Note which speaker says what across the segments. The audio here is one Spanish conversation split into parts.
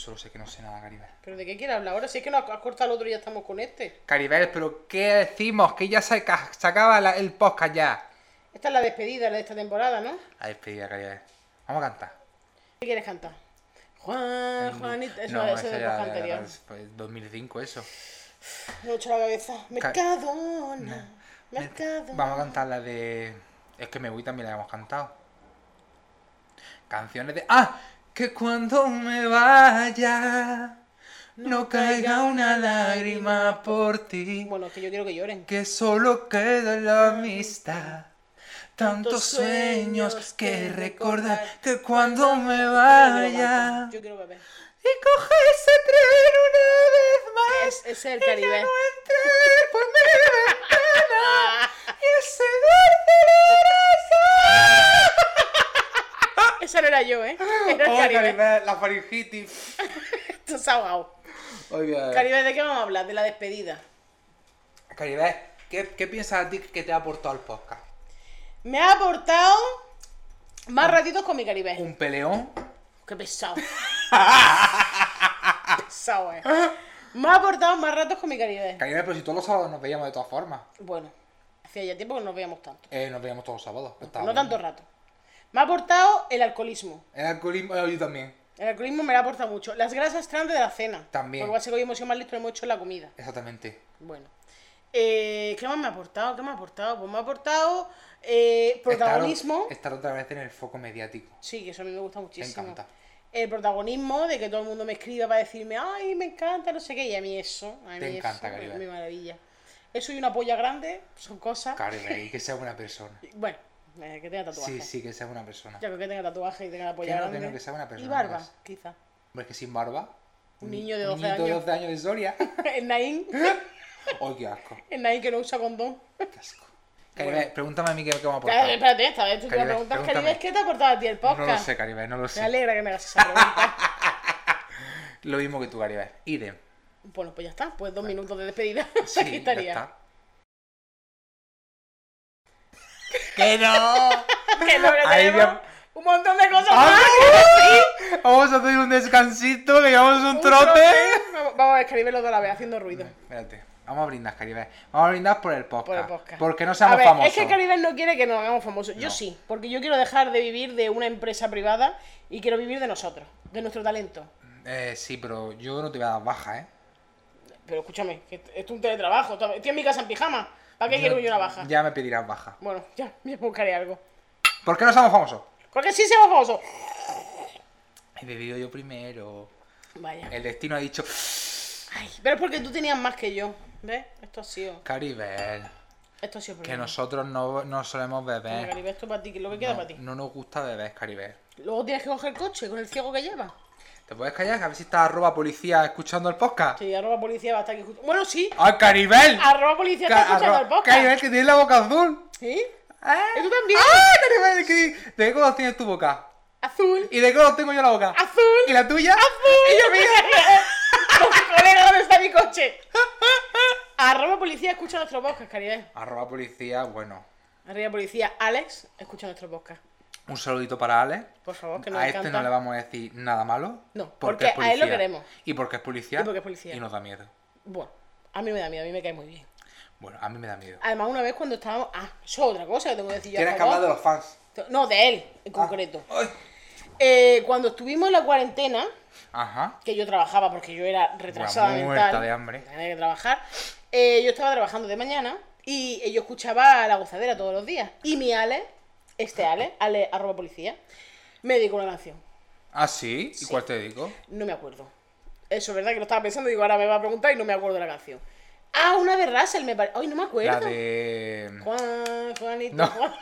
Speaker 1: solo sé que no sé nada, Caribel.
Speaker 2: ¿Pero de qué quiere hablar ahora? Si es que nos has cortado el otro y ya estamos con este.
Speaker 1: Caribel, pero ¿qué decimos? Que ya se, ca- se acaba la- el podcast ya.
Speaker 2: Esta es la despedida la de esta temporada, ¿no?
Speaker 1: La despedida, Caribel. Vamos a cantar.
Speaker 2: ¿Qué quieres cantar?
Speaker 1: Eh,
Speaker 2: Juan, Juanita, eso,
Speaker 1: No,
Speaker 2: eso
Speaker 1: esa
Speaker 2: es del
Speaker 1: ya-
Speaker 2: podcast
Speaker 1: ya-
Speaker 2: anterior.
Speaker 1: pues, 2005 eso.
Speaker 2: Me he hecho la cabeza. Mercadona, Mercadona.
Speaker 1: Vamos a cantar la de... Es que me voy también la hemos cantado. Canciones de... ¡Ah! Que cuando me vaya no caiga una lágrima por ti.
Speaker 2: Bueno, es que yo quiero que lloren.
Speaker 1: que solo queda la amistad. Tantos sueños que recordar que cuando me vaya
Speaker 2: Yo quiero beber.
Speaker 1: y coge ese tren una vez más.
Speaker 2: Es, es el
Speaker 1: y ya
Speaker 2: Caribe.
Speaker 1: no pues entré por mi ventana y ese dolor
Speaker 2: Esa no era yo, ¿eh? Era el
Speaker 1: de
Speaker 2: Caribe.
Speaker 1: la faringitis.
Speaker 2: Esto es ahogado. Caribe, ¿de qué vamos a hablar? De la despedida.
Speaker 1: Caribe, ¿qué, ¿qué piensas a ti que te ha aportado el podcast?
Speaker 2: Me ha aportado más ratitos con mi Caribe.
Speaker 1: ¿Un peleón?
Speaker 2: Qué pesado. pesado, eh. Me ha aportado más ratos con mi Caribe.
Speaker 1: Caribe, pero si todos los sábados nos veíamos de todas formas.
Speaker 2: Bueno, hacía ya tiempo que no nos veíamos tanto.
Speaker 1: Eh, nos veíamos todos los sábados. pero estaba
Speaker 2: No
Speaker 1: bien.
Speaker 2: tanto rato. Me ha aportado el alcoholismo.
Speaker 1: El alcoholismo, eh, yo también.
Speaker 2: El alcoholismo me la aporta mucho. Las grasas trans de la cena.
Speaker 1: También.
Speaker 2: Porque así que hoy hemos sido más listos, lo hemos hecho en la comida.
Speaker 1: Exactamente.
Speaker 2: Bueno. Eh, ¿Qué más me ha aportado? ¿Qué me ha aportado? Pues me ha aportado eh,
Speaker 1: Estar-
Speaker 2: protagonismo.
Speaker 1: Estar, otra vez en el foco mediático.
Speaker 2: Sí, que eso a mí me gusta muchísimo.
Speaker 1: encanta.
Speaker 2: El protagonismo de que todo el mundo me escriba para decirme, ay, me encanta, no sé qué, y a mí eso, a mí
Speaker 1: Te encanta,
Speaker 2: eso,
Speaker 1: Caribe.
Speaker 2: me- me maravilla. Eso y una polla grande, son cosas.
Speaker 1: Caribe, y que sea una persona.
Speaker 2: Bueno, eh, que tenga tatuaje.
Speaker 1: Sí, sí, que sea una persona.
Speaker 2: Ya creo que tenga tatuaje y tenga la
Speaker 1: Que
Speaker 2: polla
Speaker 1: no, que
Speaker 2: grande.
Speaker 1: no, que sea una persona,
Speaker 2: y barba,
Speaker 1: pues.
Speaker 2: quizá.
Speaker 1: Hombre, que sin barba.
Speaker 2: Un niño de 12
Speaker 1: Un niño de
Speaker 2: años.
Speaker 1: 12 años de Soria.
Speaker 2: el Nain,
Speaker 1: ¡Oh, qué asco!
Speaker 2: el Nain que no usa condón.
Speaker 1: ¡Qué asco! Caribe, pregúntame a mí qué, qué me ha
Speaker 2: Claro,
Speaker 1: aportado.
Speaker 2: espérate, esta vez tú te vas
Speaker 1: Pues
Speaker 2: a
Speaker 1: Caribe,
Speaker 2: preguntar,
Speaker 1: pregúntame.
Speaker 2: Caribe, ¿qué te ha aportado a ti el podcast?
Speaker 1: No lo sé, Caribe, no lo
Speaker 2: Me
Speaker 1: sé.
Speaker 2: alegra que me hagas esa pregunta.
Speaker 1: Lo mismo que tú, Caribe. Idem.
Speaker 2: bueno, pues ya está, pues dos minutos de despedida.
Speaker 1: Sí,
Speaker 2: Aquí
Speaker 1: ya
Speaker 2: estaría.
Speaker 1: está. ¡Que no!
Speaker 2: que no, pero
Speaker 1: Ahí
Speaker 2: tenemos
Speaker 1: ya-
Speaker 2: un montón de cosas
Speaker 1: ¡Ah!
Speaker 2: más.
Speaker 1: Vamos a hacer un descansito, que llevamos un,
Speaker 2: Un
Speaker 1: trote.
Speaker 2: Vamos, vamos a escribirlo toda la vez haciendo ruido.
Speaker 1: Espérate, vamos a brindar, Caribe. Vamos a brindar Ah, por el podcast.
Speaker 2: Por el podcast.
Speaker 1: Porque no
Speaker 2: A
Speaker 1: seamos
Speaker 2: ver,
Speaker 1: famosos.
Speaker 2: es que Caribe no quiere que nos hagamos famosos. Yo
Speaker 1: No.
Speaker 2: sí, porque yo quiero dejar de vivir de una empresa privada y quiero vivir de nosotros, de nuestro talento.
Speaker 1: Eh, sí, pero yo no te voy a dar baja, ¿eh?
Speaker 2: Pero escúchame, que esto es un teletrabajo. Estoy en mi casa en pijama. ¿Para qué quiero yo una baja?
Speaker 1: Ya me pedirás baja.
Speaker 2: Bueno, ya, me buscaré algo.
Speaker 1: ¿Por qué no somos famosos?
Speaker 2: Porque sí seamos famosos.
Speaker 1: He bebido yo primero.
Speaker 2: Vaya.
Speaker 1: El destino ha dicho,
Speaker 2: Ay, pero es porque tú tenías más que yo. ¿Ves? Esto ha sido.
Speaker 1: Caribe,
Speaker 2: Esto ha sido
Speaker 1: que
Speaker 2: problema.
Speaker 1: nosotros no, no solemos
Speaker 2: Mm. Venga,
Speaker 1: beber.
Speaker 2: Caribe, esto para ti, que lo que queda
Speaker 1: No,
Speaker 2: para ti.
Speaker 1: no nos gusta beber, Caribe.
Speaker 2: Luego tienes que coger el coche con el ciego que lleva.
Speaker 1: ¿Te puedes callar? Que A ver si está arroba policía escuchando el podcast.
Speaker 2: Sí, arroba policía va a estar aquí justo. Bueno, sí,
Speaker 1: ¡Ay, Caribel!
Speaker 2: arroba policía está
Speaker 1: Ca-
Speaker 2: escuchando
Speaker 1: arroba-
Speaker 2: el podcast.
Speaker 1: Caribel, que tienes la boca azul.
Speaker 2: ¿Sí? ¿Y
Speaker 1: ¿Eh?
Speaker 2: tú también?
Speaker 1: ¡Ah, Caribel! que- ¿De qué color tienes tu boca?
Speaker 2: Azul.
Speaker 1: ¿Y de qué color tengo yo la boca?
Speaker 2: Azul.
Speaker 1: ¿Y la tuya?
Speaker 2: ¡Y yo ¡Colega, dónde está mi coche! Arroba policía escucha nuestro podcast, Caribe.
Speaker 1: Arroba policía, bueno.
Speaker 2: Arriba policía, Alex escucha nuestro podcast.
Speaker 1: Un saludito para Ale.
Speaker 2: Por favor, Oh, que nos
Speaker 1: A este
Speaker 2: encanta.
Speaker 1: no le vamos a decir nada malo.
Speaker 2: No, porque a él lo queremos.
Speaker 1: Y porque es policía.
Speaker 2: Y porque es policía.
Speaker 1: Y nos da miedo.
Speaker 2: Bueno, a mí me da miedo, a mí me cae muy bien.
Speaker 1: Bueno, a mí me da miedo.
Speaker 2: Además, una vez cuando estábamos. Ah, eso es otra cosa que tengo que decir yo. a
Speaker 1: Tienes que
Speaker 2: favor.
Speaker 1: hablar de los fans.
Speaker 2: No, de él,
Speaker 1: Ah.
Speaker 2: en concreto.
Speaker 1: Ay.
Speaker 2: Eh, cuando estuvimos en la cuarentena,
Speaker 1: Ajá.
Speaker 2: que yo trabajaba porque yo era retrasada
Speaker 1: Una muerta
Speaker 2: mental.
Speaker 1: de hambre.
Speaker 2: Tenía que trabajar. eh, yo estaba trabajando de mañana y yo escuchaba a la gozadera todos los días. Y mi Ale, este Ale, Ale arroba policía, me dedicó una canción.
Speaker 1: ¿Ah, sí? ¿Y cuál te digo?
Speaker 2: No me acuerdo. Eso es verdad que lo estaba pensando, digo, ahora me va a preguntar y no me acuerdo de la canción. Ah, una de Russell me parece. Ay, no me
Speaker 1: La
Speaker 2: acuerdo.
Speaker 1: de.
Speaker 2: Juan, Juanito,
Speaker 1: No.
Speaker 2: Juan.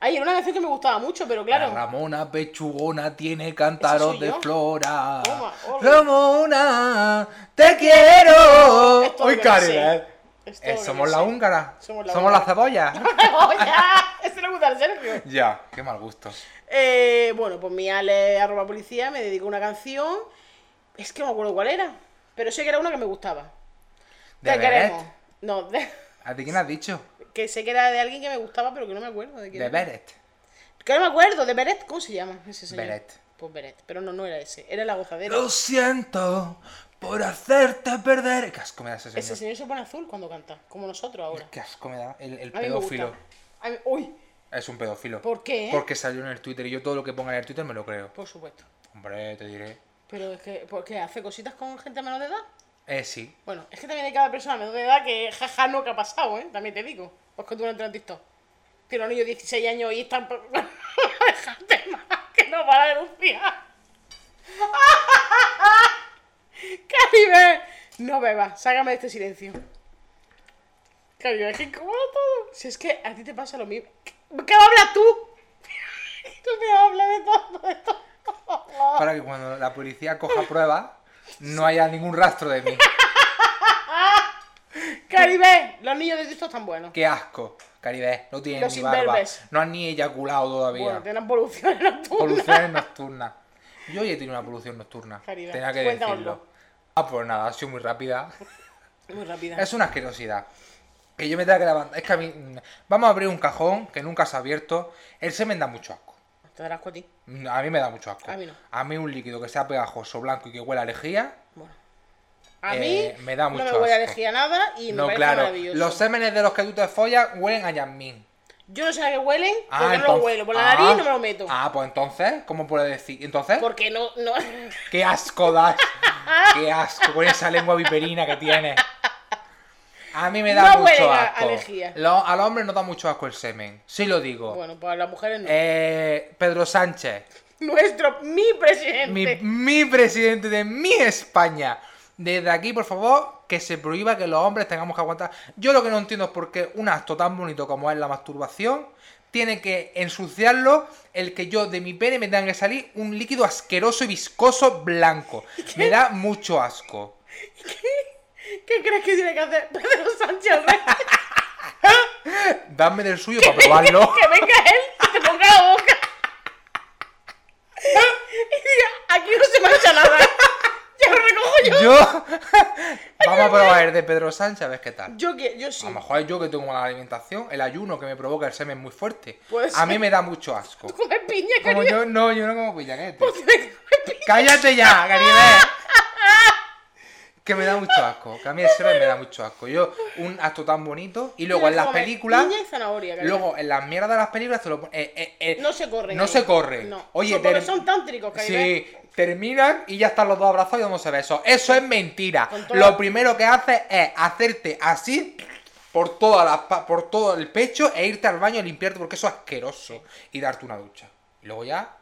Speaker 2: Ay, era una canción que me gustaba mucho, pero
Speaker 1: La
Speaker 2: claro.
Speaker 1: Ramona Pechugona tiene cántaros
Speaker 2: soy
Speaker 1: de
Speaker 2: yo.
Speaker 1: flora.
Speaker 2: Toma, ole.
Speaker 1: Ramona, te quiero.
Speaker 2: Es todo
Speaker 1: Uy,
Speaker 2: lo que
Speaker 1: Caribel.
Speaker 2: sé. Es todo
Speaker 1: Eh,
Speaker 2: lo que
Speaker 1: somos
Speaker 2: sé.
Speaker 1: la húngara.
Speaker 2: Somos la
Speaker 1: Somos la cebolla.
Speaker 2: ¡Cebolla! Ese le gusta al Sergio.
Speaker 1: ya, qué mal gusto.
Speaker 2: Eh, bueno, pues mi Ale arroba policía me dedicó una canción. Es que no me acuerdo cuál era. Pero sé que era una que me gustaba.
Speaker 1: ¿De
Speaker 2: Te
Speaker 1: Beret?
Speaker 2: queremos. No, de-
Speaker 1: ¿A ti quién has dicho?
Speaker 2: que sé que era de alguien que me gustaba, pero que no me acuerdo de quién.
Speaker 1: De
Speaker 2: era.
Speaker 1: Beret.
Speaker 2: Que no me acuerdo, de Beret, ¿cómo se llama? Ese señor?
Speaker 1: Beret.
Speaker 2: Pues veré. Pero no, no era ese. Era la gozadera.
Speaker 1: Lo siento por hacerte perder. Qué asco me da ese señor.
Speaker 2: Ese señor se pone azul cuando canta, como nosotros ahora.
Speaker 1: Qué asco me da. El, el
Speaker 2: A mí me gusta.
Speaker 1: pedófilo.
Speaker 2: A mí- Uy,
Speaker 1: Es un pedófilo.
Speaker 2: ¿por qué? eh?
Speaker 1: Porque salió en el Twitter y yo todo lo que ponga en el Twitter me lo creo.
Speaker 2: Por supuesto.
Speaker 1: Hombre, te diré.
Speaker 2: Pero es que, ¿por qué? ¿Hace cositas con gente menor de edad?
Speaker 1: Eh, sí.
Speaker 2: Bueno, es que también hay cada persona menor de edad que jaja no que ha pasado, ¿eh? También te digo. Os que tú no entras en TikTok. Tiene un niño de 16 años y están... Déjate más, que no va a denunciar. ¡Caribe! No bebas, sácame de este silencio. Caribe, es que incomoda todo. Si es que a ti te pasa lo mismo. ¿Qué qué hablas tú? tú me hablas de todo, de todo.
Speaker 1: Para que cuando la policía coja pruebas, no haya ningún rastro de mí.
Speaker 2: Caribe, los niños de TikTok están buenos.
Speaker 1: Qué asco. Caribe, no tienen
Speaker 2: Los
Speaker 1: ni barba.
Speaker 2: imberbes.
Speaker 1: No han ni eyaculado todavía.
Speaker 2: Bueno, tienen polución nocturna.
Speaker 1: Poluciones nocturnas. Yo ya he tenido una polución nocturna.
Speaker 2: Caribe,
Speaker 1: Tenía que
Speaker 2: cuéntanoslo.
Speaker 1: decirlo. Ah, pues nada, ha sido muy rápida.
Speaker 2: Muy rápida.
Speaker 1: Es una asquerosidad. Que yo me tenga que levantar. Es que a mí. mm, Vamos a abrir un cajón que nunca se ha abierto. El semen da mucho asco.
Speaker 2: Te darás cuenta a ti.
Speaker 1: Mm, A mí me da mucho asco.
Speaker 2: A mí no.
Speaker 1: A mí un líquido que sea pegajoso, blanco y que huela a lejía.
Speaker 2: Bueno. A
Speaker 1: Eh,
Speaker 2: mí
Speaker 1: me da mucho
Speaker 2: no me voy a
Speaker 1: asco.
Speaker 2: elegir a nada y me
Speaker 1: no,
Speaker 2: parece
Speaker 1: claro.
Speaker 2: maravilloso. Pues
Speaker 1: Los sémenes de los que tú te follas huelen a yasmín.
Speaker 2: Yo no sé a qué huelen porque no
Speaker 1: Ah, entonces-
Speaker 2: los huelo. Por la
Speaker 1: ah,
Speaker 2: nariz no me lo meto.
Speaker 1: Ah, pues entonces, ¿cómo puedo decir? Entonces,
Speaker 2: Porque no, no...
Speaker 1: qué asco das. qué asco con esa lengua viperina que tienes. A mí me da
Speaker 2: No
Speaker 1: mucho
Speaker 2: huelen a- a
Speaker 1: asco.
Speaker 2: lejía.
Speaker 1: Lo- al hombre no da mucho asco el semen. Sí lo digo.
Speaker 2: Bueno, para las mujeres no.
Speaker 1: Eh, Pedro Sánchez,
Speaker 2: Nuestro, mi presidente.
Speaker 1: mi, mi presidente de mi España. Desde aquí, por favor, que se prohíba que los hombres tengamos que aguantar. Yo lo que no entiendo es por qué un acto tan bonito como es la masturbación tiene que ensuciarlo el que yo de mi pene me tenga que salir un líquido asqueroso y viscoso blanco. Me da mucho asco.
Speaker 2: ¿Qué crees que tiene que hacer Pedro Sánchez al rey?
Speaker 1: Dame del suyo para probarlo.
Speaker 2: que venga él y te ponga la boca. y diga, aquí no se mancha nada. Ya lo recojo yo.
Speaker 1: Yo. Vamos a probar el de Pedro Sánchez a ver qué tal.
Speaker 2: Yo, que- yo sí.
Speaker 1: A lo mejor es yo que tengo mala alimentación, el ayuno que me provoca el semen muy fuerte.
Speaker 2: Puede ser.
Speaker 1: A mí me da mucho asco.
Speaker 2: Pues Tú comes piña,
Speaker 1: Como
Speaker 2: cariño.
Speaker 1: yo, no, yo no como pillaguete.
Speaker 2: Tú comes piña.
Speaker 1: ¡Cállate ya, Caribe! Que me da mucho asco, que a mí el semen me da mucho asco. Yo, un acto tan bonito, y luego en las
Speaker 2: Comes
Speaker 1: películas,
Speaker 2: Piña y zanahoria, cariño.
Speaker 1: luego en las mierdas de las películas, te lo pon- eh, eh, eh,
Speaker 2: No se corre.
Speaker 1: No se corre.
Speaker 2: No.
Speaker 1: Oye,
Speaker 2: son, porque
Speaker 1: ter-
Speaker 2: son tántricos, Caribe.
Speaker 1: Sí, terminan y ya están los dos abrazados y dándose besos. Eso es mentira.
Speaker 2: Con toda-
Speaker 1: Lo primero que haces es hacerte así por, toda la pa- por todo el pecho e irte al baño a limpiarte porque eso es asqueroso. Y darte una ducha. Y luego ya.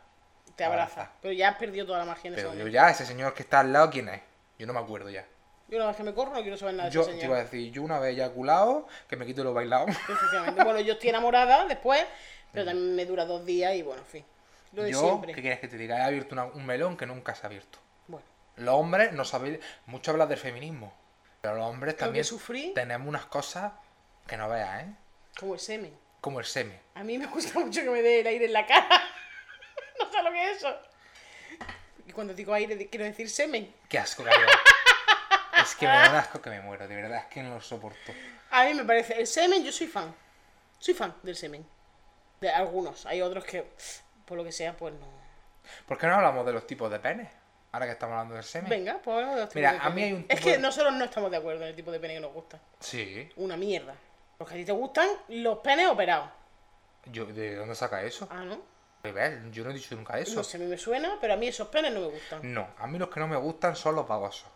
Speaker 2: Te abraza.
Speaker 1: Abraza.
Speaker 2: Pero ya has perdido toda la magia en ese
Speaker 1: Ah, Pero yo
Speaker 2: momento.
Speaker 1: ya, ese señor que está al lado, ¿quién es? Yo no me acuerdo ya.
Speaker 2: Yo una vez que me corro no quiero saber nada de
Speaker 1: Yo
Speaker 2: Ah, ese
Speaker 1: te iba a
Speaker 2: señor.
Speaker 1: decir, yo una vez eyaculado, que me quito lo bailado.
Speaker 2: Efectivamente. bueno, yo estoy enamorada después, pero también me dura dos días y bueno, en fin. Lo de
Speaker 1: Yo,
Speaker 2: siempre.
Speaker 1: ¿qué quieres que te diga? He abierto una- un melón que nunca se ha abierto.
Speaker 2: Bueno.
Speaker 1: Los hombres no sabéis, mucho hablas del feminismo, pero los hombres
Speaker 2: Lo que
Speaker 1: también
Speaker 2: sufrí.
Speaker 1: tenemos unas cosas que no veas, ¿eh?
Speaker 2: Como el semen.
Speaker 1: Como el semen.
Speaker 2: A mí me gusta mucho que me dé el aire en la cara. no sé lo que es eso. Y cuando digo aire di- quiero decir semen.
Speaker 1: Qué asco, cabrón. es que me da un asco que me muero, de verdad, es que no lo soporto.
Speaker 2: A mí me parece, el semen, yo soy fan. Soy fan del semen. De algunos. Hay otros que, por lo que sea, pues no.
Speaker 1: ¿Por qué no hablamos de los tipos de penes? Ahora que estamos hablando del semen.
Speaker 2: Venga, pues hablamos de los
Speaker 1: Mira,
Speaker 2: tipos de
Speaker 1: a mí
Speaker 2: pene.
Speaker 1: hay un
Speaker 2: Es
Speaker 1: tipo
Speaker 2: que
Speaker 1: de-
Speaker 2: nosotros no estamos de acuerdo en el tipo de pene que nos gusta.
Speaker 1: Sí.
Speaker 2: Una mierda. Porque a ti te gustan los penes operados.
Speaker 1: Yo, ¿De dónde saca eso?
Speaker 2: Ah, ¿no?
Speaker 1: Al revés, Yo no he dicho nunca eso. Mm.
Speaker 2: No sé, a mí me suena, pero a mí esos penes no me gustan.
Speaker 1: No, a mí los que no me gustan son los babosos.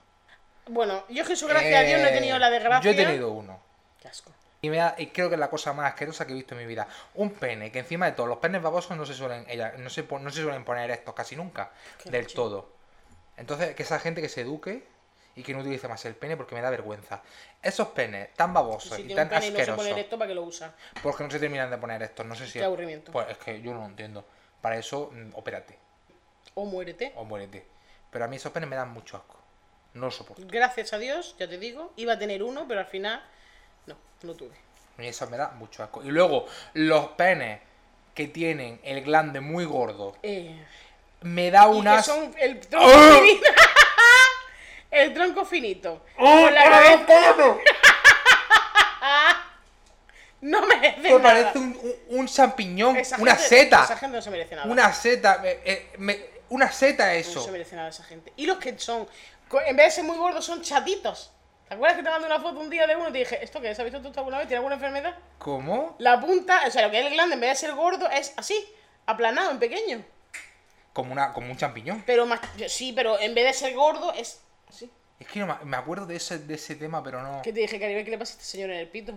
Speaker 2: Bueno, yo es que eso, gracias a Dios, no he
Speaker 1: Eh,
Speaker 2: tenido la desgracia.
Speaker 1: Yo he tenido uno.
Speaker 2: Qué asco.
Speaker 1: Y, me da- y creo que es la cosa más asquerosa que he visto en mi vida. Un pene, que encima de todo, los penes babosos no se suelen, ella- no se, pon- no se suelen poner estos casi nunca,
Speaker 2: Qué
Speaker 1: del
Speaker 2: noche.
Speaker 1: todo. Entonces, que esa gente que se eduque y que no utilice más el pene porque me da vergüenza. Esos penes tan
Speaker 2: Y
Speaker 1: babosos
Speaker 2: si
Speaker 1: y,
Speaker 2: tiene un
Speaker 1: tan
Speaker 2: pene y no se
Speaker 1: asquerosos,
Speaker 2: pone erecto, ¿para qué lo usa?
Speaker 1: porque no se terminan de poner estos, no sé si...
Speaker 2: Qué aburrimiento.
Speaker 1: Pues es que yo no lo entiendo. Para eso, mm, opérate
Speaker 2: O muérete.
Speaker 1: o muérete. Pero a mí esos penes me dan mucho asco. No lo soporto.
Speaker 2: Gracias a Dios, ya te digo, iba a tener uno, pero al final, no, no tuve.
Speaker 1: Y eso me da mucho asco. Y luego, los penes que tienen el glande muy gordo.
Speaker 2: Eh,
Speaker 1: Me da
Speaker 2: y
Speaker 1: un ¡Ah!
Speaker 2: que
Speaker 1: asco.
Speaker 2: son el tronco finito. el tronco finito.
Speaker 1: ¡Oh,
Speaker 2: Con ¡Oh, la cabeza. No merece
Speaker 1: Me
Speaker 2: nada.
Speaker 1: parece un, un- un champiñón,
Speaker 2: Esa
Speaker 1: una
Speaker 2: gente-
Speaker 1: seta.
Speaker 2: Esa gente no se merece nada.
Speaker 1: Una seta. me- eh, me- una seta
Speaker 2: No se
Speaker 1: eso.
Speaker 2: merece nada esa gente. Y los que son, co- en vez de ser muy gordos, son chatitos. ¿Te acuerdas que te mandé una foto un día de uno y te dije, ¿esto qué es? ¿Has visto tú esto alguna vez? ¿Tiene alguna enfermedad?
Speaker 1: ¿Cómo?
Speaker 2: La punta, o sea, lo que es el glande, en vez de ser gordo, es así, aplanado, en pequeño.
Speaker 1: Como, una, como un champiñón.
Speaker 2: Pero más, sí, pero en vez de ser gordo, es así.
Speaker 1: Es que no me- me acuerdo de ese, de ese tema, pero no.
Speaker 2: ¿Qué te dije, Caribe? ¿Qué le pasa a este señor en el pito?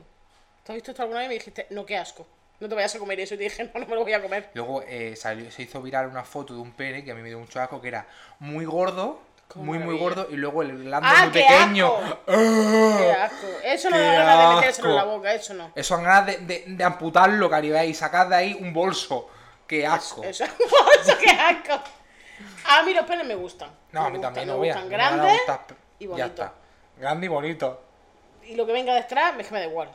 Speaker 2: ¿Tú has visto esto alguna vez? Y me dijiste, no, qué asco. No te vayas a comer eso. Y te dije, no, no me lo voy a comer.
Speaker 1: Luego eh, salió, se hizo viral una foto de un pene que a mí me dio mucho asco, que era muy gordo,
Speaker 2: Qué
Speaker 1: muy, muy
Speaker 2: maravilla.
Speaker 1: gordo, y luego el glande
Speaker 2: ¡Ah,
Speaker 1: muy
Speaker 2: qué
Speaker 1: pequeño.
Speaker 2: asco!
Speaker 1: ¡Ah!
Speaker 2: Qué asco. Eso no
Speaker 1: Qué
Speaker 2: da ganas de metérselo en la
Speaker 1: asco.
Speaker 2: boca, eso no.
Speaker 1: Eso dan ganas de, de, de amputarlo, Caribe, y sacar de ahí un bolso. ¡Qué asco!
Speaker 2: Eso, eso qué asco. A mí los penes me gustan.
Speaker 1: No, a
Speaker 2: Me
Speaker 1: mí
Speaker 2: gustan,
Speaker 1: también
Speaker 2: me
Speaker 1: no voy a.
Speaker 2: gustan
Speaker 1: no me van a
Speaker 2: grandes
Speaker 1: gustar.
Speaker 2: y
Speaker 1: Ya
Speaker 2: bonitos.
Speaker 1: está. Grande y bonito.
Speaker 2: Y lo que venga detrás, es que me da igual.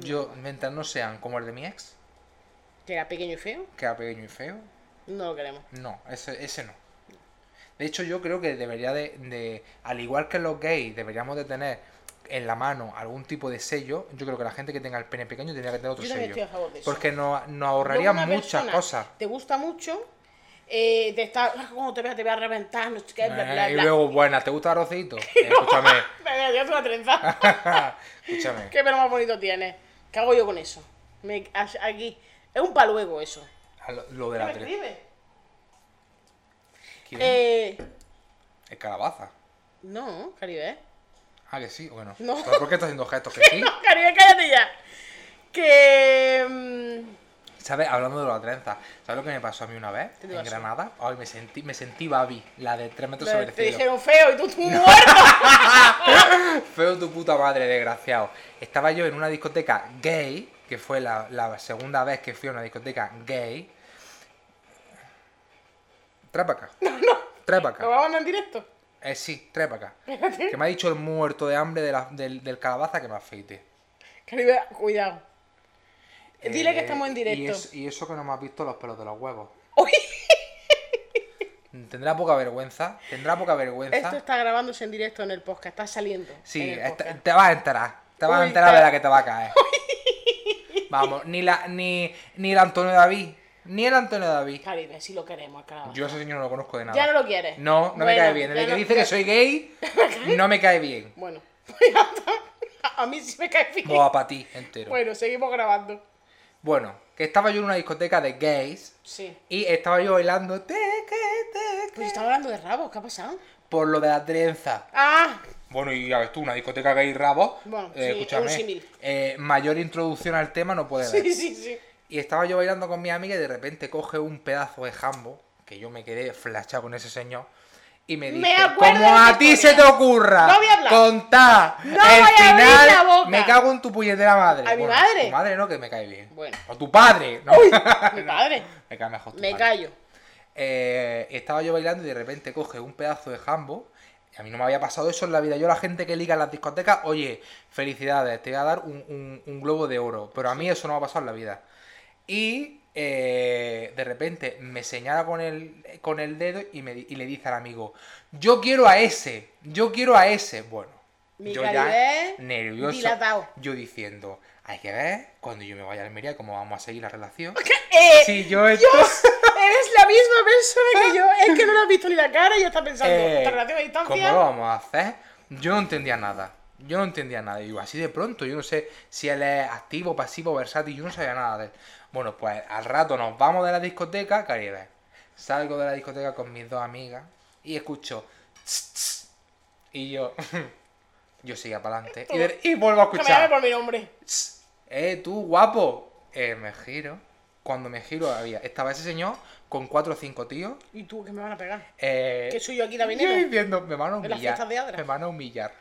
Speaker 1: Yo, mientras no sean como el de mi ex,
Speaker 2: Que era pequeño y feo,
Speaker 1: que era pequeño y feo,
Speaker 2: no lo queremos.
Speaker 1: No, ese, ese no. De hecho, yo creo que debería de, de- al igual que los gays, deberíamos de tener en la mano algún tipo de sello. Yo creo que la gente que tenga el pene pequeño tendría que tener otro
Speaker 2: Yo también
Speaker 1: sello.
Speaker 2: estoy a favor de eso.
Speaker 1: Porque nos nos
Speaker 2: Luego
Speaker 1: ahorraría
Speaker 2: una
Speaker 1: muchas
Speaker 2: persona
Speaker 1: cosas.
Speaker 2: Te gusta mucho, eh, te está, "Ah, cuando te veas te voy a reventar, no sé qué, bla,
Speaker 1: Eh,
Speaker 2: bla,
Speaker 1: y
Speaker 2: bla.
Speaker 1: luego, buena, ¿te gusta Rocito? Escúchame.
Speaker 2: Me voy a llevar una trenza.
Speaker 1: Ah. Escúchame.
Speaker 2: qué pelo más bonito tienes. ¿Qué hago yo con eso? Me, a- aquí. Es un paluego eso.
Speaker 1: A Lo, lo de
Speaker 2: ¿Qué
Speaker 1: la
Speaker 2: me
Speaker 1: tres.
Speaker 2: escribe?
Speaker 1: ¿Quién?
Speaker 2: Eh,
Speaker 1: Es calabaza.
Speaker 2: no, Caribe.
Speaker 1: Ah, que sí, o que no.
Speaker 2: No.
Speaker 1: ¿Pero ¿Por qué estás haciendo gestos que sí?
Speaker 2: No, Caribe, cállate ya. Que... mm,
Speaker 1: ¿Sabes? Hablando de la trenza, ¿sabes lo que me pasó a mí una vez?
Speaker 2: ¿Qué te
Speaker 1: En
Speaker 2: pasó?
Speaker 1: Granada. Ay, me sentí, me sentí Babi, la de 3 metros sobre el
Speaker 2: te
Speaker 1: cielo.
Speaker 2: dijeron feo y tú, tú muerto.
Speaker 1: Feo tu puta madre, desgraciado. Estaba yo en una discoteca gay, que fue la, la segunda vez que fui a una discoteca gay. Trae pa' acá. No, no. Trae pa'
Speaker 2: ¿Lo
Speaker 1: acá.
Speaker 2: vamos a mandar en directo?
Speaker 1: Eh, sí, trae pa' acá. Que me ha dicho el muerto de hambre de la- del, del calabaza que me afeite.
Speaker 2: Caribe, cuidado. Dile
Speaker 1: Eh,
Speaker 2: que estamos en
Speaker 1: Y,
Speaker 2: directo.
Speaker 1: es- y eso que no me has visto los pelos de los huevos.
Speaker 2: Uy.
Speaker 1: Tendrá poca vergüenza. Tendrá poca vergüenza.
Speaker 2: Esto está grabándose en directo en el podcast, está saliendo.
Speaker 1: Sí,
Speaker 2: en el
Speaker 1: esta-
Speaker 2: podcast.
Speaker 1: te vas a enterar. Te vas a
Speaker 2: Uy,
Speaker 1: enterar
Speaker 2: te-
Speaker 1: de la que te va a caer. Vamos, ni la ni, ni el Antonio David. Ni el Antonio David.
Speaker 2: Caribe, si lo queremos, claro.
Speaker 1: Yo a ese señor no lo conozco de nada.
Speaker 2: Ya no lo quieres.
Speaker 1: No, no me
Speaker 2: Bueno,
Speaker 1: cae bien.
Speaker 2: ya
Speaker 1: Desde que
Speaker 2: no-
Speaker 1: dice que soy gay, no me cae bien.
Speaker 2: Bueno, pues ya está. A mí sí me cae bien.
Speaker 1: Boa para ti entero.
Speaker 2: Bueno, seguimos grabando.
Speaker 1: Bueno, que estaba yo en una discoteca de gays
Speaker 2: Sí.
Speaker 1: y estaba yo bailando te que, te que,
Speaker 2: Pues estaba hablando de rabos, ¿qué ha pasado?
Speaker 1: por lo de la trenza.
Speaker 2: Ah,
Speaker 1: Bueno, y ya ves tú, una discoteca gay rabo.
Speaker 2: Bueno,
Speaker 1: eh,
Speaker 2: sí,
Speaker 1: escúchame,
Speaker 2: un símil.
Speaker 1: eh, mayor introducción al tema no puede haber.
Speaker 2: sí, sí, sí.
Speaker 1: Y estaba yo bailando con mi amiga y de repente coge un pedazo de jambo, que yo me quedé flashado con ese señor, y me dice,
Speaker 2: Me acuerdo de
Speaker 1: como
Speaker 2: esa
Speaker 1: a ti se
Speaker 2: historia.
Speaker 1: te ocurra
Speaker 2: No voy a hablar.
Speaker 1: contar
Speaker 2: No
Speaker 1: el
Speaker 2: voy a abrir
Speaker 1: final,
Speaker 2: la boca.
Speaker 1: me cago en tu puñetera madre.
Speaker 2: ¿A mi madre?
Speaker 1: Tu madre no, que me cae bien.
Speaker 2: Bueno.
Speaker 1: O tu padre, no.
Speaker 2: Mi padre.
Speaker 1: me cae mejor tu
Speaker 2: Me
Speaker 1: padre.
Speaker 2: callo.
Speaker 1: Eh, estaba yo bailando y de repente coge un pedazo de jambo. y A mí no me había pasado eso en la vida. Yo, la gente que liga en las discotecas, oye, felicidades, te voy a dar un, un- un globo de oro. Pero a mí eso no me ha pasado en la vida. Y eh, de repente me señala con el, con el dedo y, me, di- y le dice al amigo: Yo quiero a ese, yo quiero a ese. Bueno,
Speaker 2: Mi
Speaker 1: yo
Speaker 2: calidez
Speaker 1: nervioso.
Speaker 2: dilatado.
Speaker 1: Yo diciendo: Hay que ver cuando yo me vaya a Almería cómo vamos a seguir la relación.
Speaker 2: Eh,
Speaker 1: Si yo esto-
Speaker 2: Dios, eres la misma persona que yo. Es que no lo has visto ni la cara y ya está pensando.
Speaker 1: Eh,
Speaker 2: ¿Te relación a distancia?
Speaker 1: ¿Cómo lo vamos a hacer? Yo no entendía nada. Yo no entendía nada. Digo, así de pronto, yo no sé si él es activo, pasivo, versátil, yo no sabía nada de él. Bueno, pues al rato nos vamos de la discoteca, Caribe. Salgo de la discoteca con mis dos amigas y escucho. "Tss, tss". Y yo. yo seguía para adelante. Y, de- y vuelvo a
Speaker 2: Que me llame
Speaker 1: escuchar.
Speaker 2: por mi nombre.
Speaker 1: "Tss, ¡Eh, tú, guapo! Eh, me giro. Cuando me giro había. Estaba ese señor con cuatro o cinco tíos.
Speaker 2: ¿Y tú que me van a pegar?
Speaker 1: Eh,
Speaker 2: Que soy yo aquí la
Speaker 1: yo
Speaker 2: veneno.
Speaker 1: diciendo, me van a
Speaker 2: En las
Speaker 1: humillar.
Speaker 2: fiestas de Adra.
Speaker 1: Me van a humillar.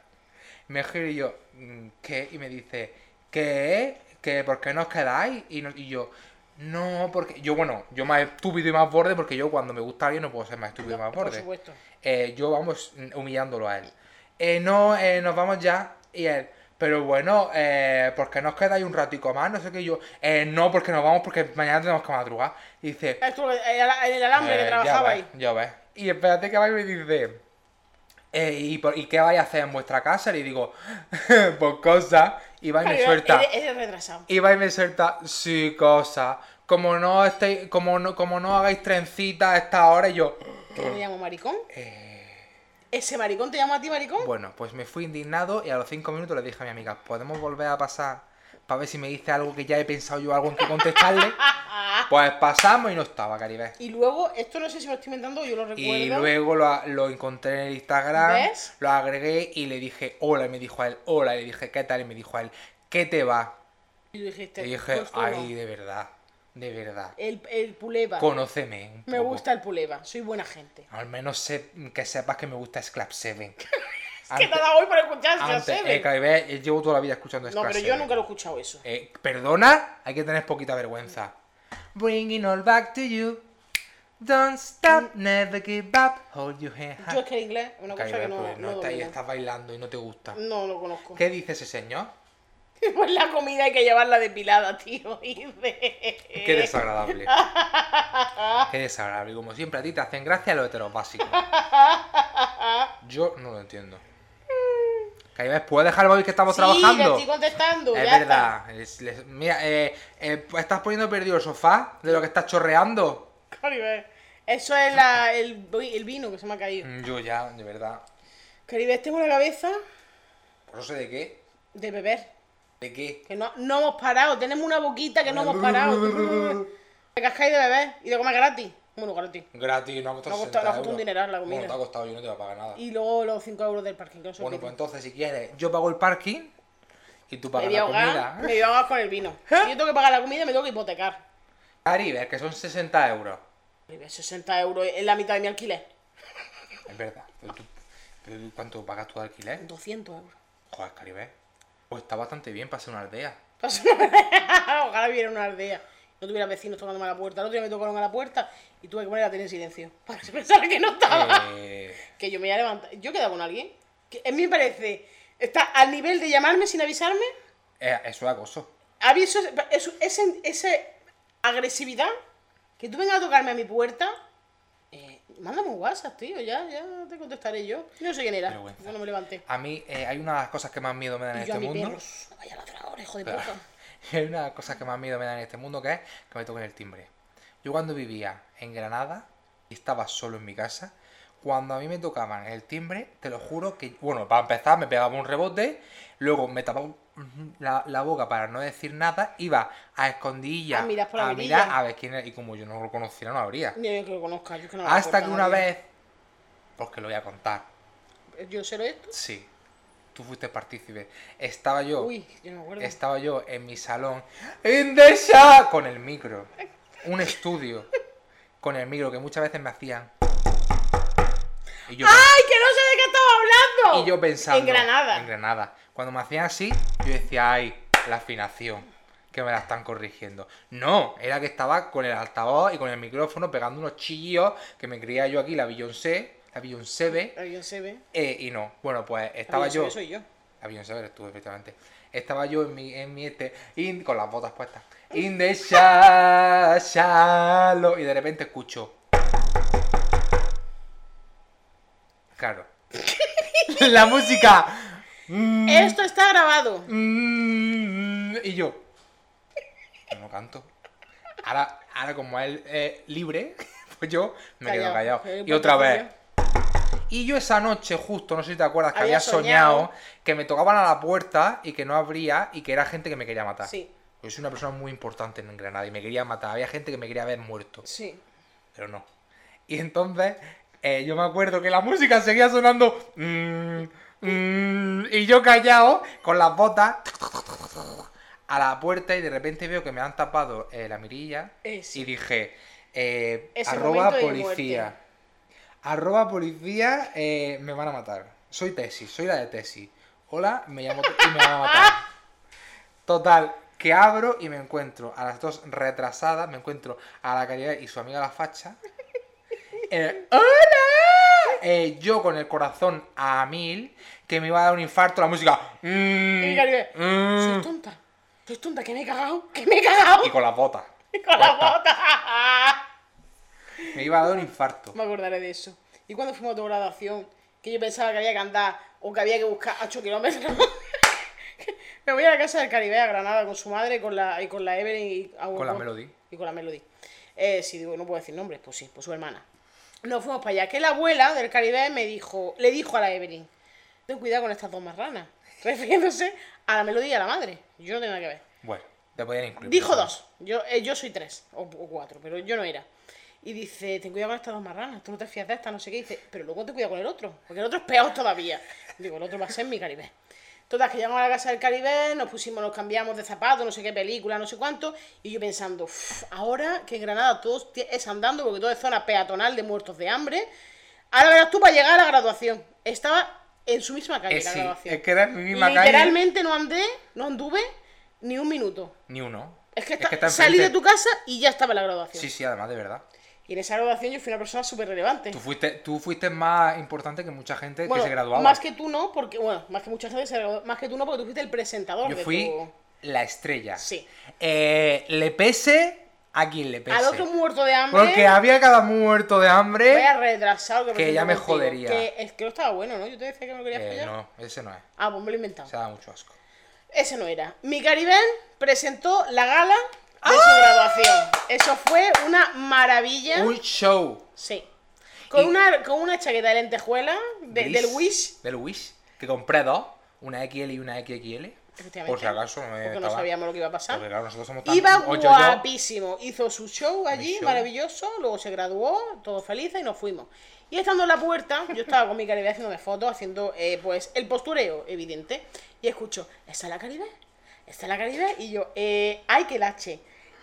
Speaker 1: Me giro y yo, mm, ¿qué? Y me dice, ¿qué? ¿Que por qué no os quedáis? Y, no- y yo, no, porque. Yo, bueno, yo más estúpido y más borde, porque yo cuando me gusta alguien no puedo ser más estúpido y más
Speaker 2: Por
Speaker 1: borde.
Speaker 2: supuesto.
Speaker 1: Eh, yo vamos mm, humillándolo a él. Eh, no, eh, nos vamos ya. Y él, pero bueno, eh, ¿por qué no os quedáis un ratico más? No sé qué. Y yo, eh, no, porque nos vamos, porque mañana tenemos que madrugar. Y dice,
Speaker 2: Estuvo en el alambre
Speaker 1: eh,
Speaker 2: que
Speaker 1: ya
Speaker 2: trabajaba
Speaker 1: ves,
Speaker 2: ahí.
Speaker 1: Ya ves. Y espérate que va y me dice. eh, ¿y, por- y qué vais a hacer en vuestra casa? Le digo, pues cosas. Y va y me
Speaker 2: Caribe,
Speaker 1: suelta.
Speaker 2: eres- eres retrasado.
Speaker 1: Y va y me suelta, sí, cosas. Como no estéis, como no, como no hagáis trencita a esta hora, y yo. "Eh,
Speaker 2: ¿Qué te llamo maricón? ¿Ese maricón te llama a ti maricón?
Speaker 1: Bueno, pues me fui indignado y a los cinco minutos le dije a mi amiga, ¿podemos volver a pasar para ver si me dice algo que ya he pensado yo algo en que contestarle? Pues pasamos y no estaba, Caribe.
Speaker 2: Y luego, esto no sé si me lo estoy inventando, yo lo recuerdo.
Speaker 1: Y luego lo, a- lo encontré en el Instagram,
Speaker 2: ¿Ves?
Speaker 1: lo agregué y le dije hola, y me dijo a él, hola, y le dije, ¿qué tal? Y me dijo a él, ¿qué te va?
Speaker 2: Y dijiste,
Speaker 1: Le dije,
Speaker 2: pues tú no.
Speaker 1: ay, de verdad, de verdad,
Speaker 2: El, el puleva.
Speaker 1: conóceme un
Speaker 2: Me
Speaker 1: poco".
Speaker 2: gusta el puleva, soy buena gente.
Speaker 1: Al menos sé- que sepas que me gusta Sclap 7.
Speaker 2: ¿Qué te ha dado hoy por escuchar Scrap
Speaker 1: antes,
Speaker 2: Seven?
Speaker 1: eh, Caribe, eh, llevo toda la vida escuchando
Speaker 2: No,
Speaker 1: Scrap
Speaker 2: pero yo
Speaker 1: Seven.
Speaker 2: nunca lo he escuchado eso.
Speaker 1: Eh, ¿Perdona? Hay que tener poquita vergüenza. Bringing all back to you. Don't stop, never give up. Hold your hand
Speaker 2: Mm. Yo es
Speaker 1: high.
Speaker 2: que el inglés es una cosa
Speaker 1: Caribe,
Speaker 2: que no,
Speaker 1: pues,
Speaker 2: no,
Speaker 1: no está ahí,
Speaker 2: domino.
Speaker 1: estás bailando y no te gusta.
Speaker 2: No lo conozco.
Speaker 1: ¿Qué dice ese señor?
Speaker 2: Pues la comida hay que llevarla depilada, tío. y de-
Speaker 1: Qué desagradable. Qué desagradable. Como siempre, a ti te hacen gracia los heteros básicos. Yo no lo entiendo. Caribe, ¿puedes dejar el móvil que estamos
Speaker 2: sí,
Speaker 1: trabajando?
Speaker 2: le estoy contestando.
Speaker 1: Es
Speaker 2: ya
Speaker 1: verdad. Es- les- mira, eh, eh, ¿estás poniendo perdido el sofá de lo que estás chorreando?
Speaker 2: está. Caribe, Eso es la- el, vi- el vino que se me ha caído.
Speaker 1: Mm, Yo ya, de verdad.
Speaker 2: Caribe, tengo una cabeza
Speaker 1: Pues No sé de qué.
Speaker 2: de beber.
Speaker 1: ¿De qué?
Speaker 2: Que no, no hemos parado. Tenemos una boquita que no hemos parado. Me cascáis de beber y de comer gratis. Bueno, gratis.
Speaker 1: Gratis, no ha costado
Speaker 2: No ha costado- no ha
Speaker 1: 60
Speaker 2: costado un
Speaker 1: euros.
Speaker 2: dineral la comida.
Speaker 1: Bueno, te ha costado, yo no te voy a pagar nada.
Speaker 2: Y luego los 5 euros del parking. Que no se
Speaker 1: Bueno, pues
Speaker 2: olviden.
Speaker 1: entonces, si quieres, yo pago el parking y tú
Speaker 2: me
Speaker 1: pagas
Speaker 2: voy a
Speaker 1: la
Speaker 2: ahogar,
Speaker 1: comida. ¿Eh?
Speaker 2: me voy a ahogar con el vino. Si yo tengo que pagar la comida, me tengo que hipotecar.
Speaker 1: Caribe, que son 60 euros.
Speaker 2: Caribe, 60 euros es la mitad de mi alquiler.
Speaker 1: Es verdad. Pero tú- pero tú, ¿Cuánto pagas tú de alquiler?
Speaker 2: 200 euros.
Speaker 1: Joder, Caribe. Pues está bastante bien para ser una aldea.
Speaker 2: Entonces, Ojalá viviera en una aldea. No tuviera vecinos tocándome a la puerta. El otro día me tocaron a la puerta y tuve que poner a tener silencio. Para que se pensara que no estaba.
Speaker 1: Eh,
Speaker 2: Que yo me iba a levantar. Yo quedaba con alguien. Que a mí me parece. Está al nivel de llamarme sin avisarme.
Speaker 1: eh, eso es acoso.
Speaker 2: Aviso. Esa agresividad. Que tú vengas a tocarme a mi puerta. eh, mándame un WhatsApp, tío. Ya, ya te contestaré yo. Yo no sé quién era.
Speaker 1: Vergüenza.
Speaker 2: Yo no me levanté.
Speaker 1: A mí eh, hay una de las cosas que más miedo me dan en
Speaker 2: Y yo a
Speaker 1: este
Speaker 2: mi
Speaker 1: mundo.
Speaker 2: perro. Vaya ladrador, hijo de
Speaker 1: Pero-
Speaker 2: puta.
Speaker 1: hay una de las cosas que más miedo me dan en este mundo que es que me toquen el timbre. Yo cuando vivía en Granada y estaba solo en mi casa, cuando a mí me tocaban el timbre, te lo juro que, bueno, para empezar me pegaba un rebote, luego me tapaba un- la, la boca para no decir nada, iba a escondillas
Speaker 2: A mirar Ah, por la
Speaker 1: a, mirar
Speaker 2: mirilla.
Speaker 1: a ver quién era, y como yo no lo conociera no habría.
Speaker 2: Ni yo que lo conozca. yo es que no me
Speaker 1: Hasta
Speaker 2: acuerdo
Speaker 1: que
Speaker 2: a
Speaker 1: una
Speaker 2: nadie. Eh,
Speaker 1: vez, porque lo voy a contar,
Speaker 2: Yo sé lo de esto.
Speaker 1: sí, tú fuiste partícipe, estaba yo...
Speaker 2: Uy, yo no me acuerdo.
Speaker 1: Estaba yo en mi salón, in the shop, con el micro, un estudio, con el micro que muchas veces me hacían. Y yo,
Speaker 2: ¡Ay, que no sé de qué estaba hablando!
Speaker 1: y yo pensando.
Speaker 2: ¡Ah! En Granada.
Speaker 1: En Granada. Cuando me hacían así, yo decía, ay, la afinación, que me la están corrigiendo. No, era que estaba con el altavoz y con el micrófono pegando unos chillos que me creía yo aquí, la Beyoncé, la Beyoncé B,
Speaker 2: Ay, yo sé, ve.
Speaker 1: eh, y no. Bueno, pues estaba
Speaker 2: Ay, yo sé,
Speaker 1: yo.
Speaker 2: Soy yo.
Speaker 1: Había un saber, estuve perfectamente. Estaba yo en mi, en mi este, in- con las botas puestas. In the sha- shallow. Y de repente escucho. Claro. La música. Mm,
Speaker 2: Esto está grabado.
Speaker 1: mm, y yo. Yo no canto. Ahora, ahora como él es eh, libre, pues yo me quedo
Speaker 2: Callado.
Speaker 1: callado.
Speaker 2: Eh,
Speaker 1: Y otra vez.
Speaker 2: portafolio.
Speaker 1: Y yo esa noche, justo, no sé si te acuerdas, que
Speaker 2: Había
Speaker 1: había, soñado,
Speaker 2: soñado.
Speaker 1: que me tocaban a la puerta y que no abría y que era gente que me quería matar.
Speaker 2: Sí,
Speaker 1: Yo soy una persona muy importante en Granada y me quería matar. Había gente que me quería ver muerto,
Speaker 2: sí.
Speaker 1: pero no. Y entonces, eh, yo me acuerdo que la música seguía sonando. mm, mm, y yo callado, con las botas, a la puerta y de repente veo que me han tapado eh, la mirilla.
Speaker 2: Eh, sí.
Speaker 1: Y dije, eh,
Speaker 2: Ese
Speaker 1: arroba
Speaker 2: momento de
Speaker 1: policía.
Speaker 2: muerte.
Speaker 1: Arroba policía, eh, me van a matar. Soy tesis, soy la de tesis. Hola, me llamo Te- y me van a matar. Total, que abro y me encuentro a las dos retrasadas, me encuentro a la caridad y su amiga la facha. Eh, ¡Hola! Eh, yo con el corazón a mil, que me iba a dar un infarto, la música. mm,
Speaker 2: Y Caribe,
Speaker 1: mm,
Speaker 2: Soy tonta. Soy tonta, que me he cagado. Que me he cagado.
Speaker 1: y con las botas.
Speaker 2: Con la bota.
Speaker 1: Me iba a dar un infarto.
Speaker 2: Me acordaré de eso. Y cuando fuimos a tu graduación Que yo pensaba que había que andar o que había que buscar 8 kilómetros. Me voy a la casa del Caribe a Granada con su madre y con la, y con la Evelyn y a un-
Speaker 1: Con la Melody.
Speaker 2: Y con la Melody. Eh, sí, digo, no puedo decir nombres, pues sí, pues su hermana. Nos fuimos para allá. Que la abuela del Caribe me dijo, le dijo a la Evelyn, ten cuidado con estas dos marranas. Refiriéndose a la Melody y a la madre. Yo no tengo nada que ver.
Speaker 1: Bueno, te podían incluir.
Speaker 2: Dijo dos. Yo, eh, yo soy tres o, o cuatro, pero yo no era. Y dice, ten cuidado con estas dos marranas, tú no te fías de esta, no sé qué. Y dice, pero luego te cuidado con el otro, porque el otro es peor todavía. Digo, el otro va a ser mi Caribe. Todas que llegamos a la casa del Caribe, nos pusimos, nos cambiamos de zapatos, no sé qué película, no sé cuánto. Y yo pensando, "Uf, ahora que en Granada todo ti- es andando, porque todo es zona peatonal de muertos de hambre. Ahora verás tú para llegar a la graduación. Estaba en su misma calle
Speaker 1: Eh,
Speaker 2: la
Speaker 1: sí,
Speaker 2: graduación.
Speaker 1: es que era en mi misma calle.
Speaker 2: Literalmente no andé, no anduve ni un minuto.
Speaker 1: Ni uno.
Speaker 2: Es que, está,
Speaker 1: enfrente.
Speaker 2: salí de tu casa y ya estaba en la graduación.
Speaker 1: Sí, sí, además, de verdad.
Speaker 2: Y en esa graduación yo fui una persona súper relevante.
Speaker 1: Tú fuiste, tú fuiste más importante que mucha gente
Speaker 2: Bueno,
Speaker 1: que se graduaba.
Speaker 2: más que tú no, porque, bueno, más que muchas veces, se graduó- más que tú no, porque tú fuiste el presentador
Speaker 1: Yo
Speaker 2: de
Speaker 1: fui
Speaker 2: tu-
Speaker 1: la estrella.
Speaker 2: Sí.
Speaker 1: Eh, le pese a quien le pese.
Speaker 2: Al otro muerto de hambre,
Speaker 1: Porque había cada muerto de hambre.
Speaker 2: vaya retrasado que, me
Speaker 1: que
Speaker 2: siento
Speaker 1: ya me
Speaker 2: contigo.
Speaker 1: jodería.
Speaker 2: Que es que no estaba bueno, ¿no? Yo te decía que no quería
Speaker 1: Eh,
Speaker 2: fallar.
Speaker 1: no, ese no es.
Speaker 2: Ah, pues me lo he inventado.
Speaker 1: Se da mucho asco.
Speaker 2: Ese no era. Mi Caribén presentó la gala
Speaker 1: ¡Ah!
Speaker 2: de su graduación. Eso fue una maravilla.
Speaker 1: Un show.
Speaker 2: Sí. Con,
Speaker 1: Y-
Speaker 2: una, con una chaqueta de lentejuela de-
Speaker 1: gris
Speaker 2: del Wish.
Speaker 1: Del Wish. Que compré dos. Una XL y una XXL.
Speaker 2: Efectivamente.
Speaker 1: Por si acaso no me
Speaker 2: Porque no
Speaker 1: estaba-
Speaker 2: sabíamos lo que iba a pasar.
Speaker 1: Porque claro, nosotros somos tan
Speaker 2: Iba
Speaker 1: ocho yo.
Speaker 2: guapísimo. Hizo su show allí,
Speaker 1: show.
Speaker 2: maravilloso. Luego se graduó, todos felices y nos fuimos. Y estando en la puerta, yo estaba con mi Caribe haciéndome fotos, haciendo eh, pues el postureo, evidente. Y escucho, ¿está la Caribe? ¿Está la Caribe? Y yo, eh, ¡ay, que lache!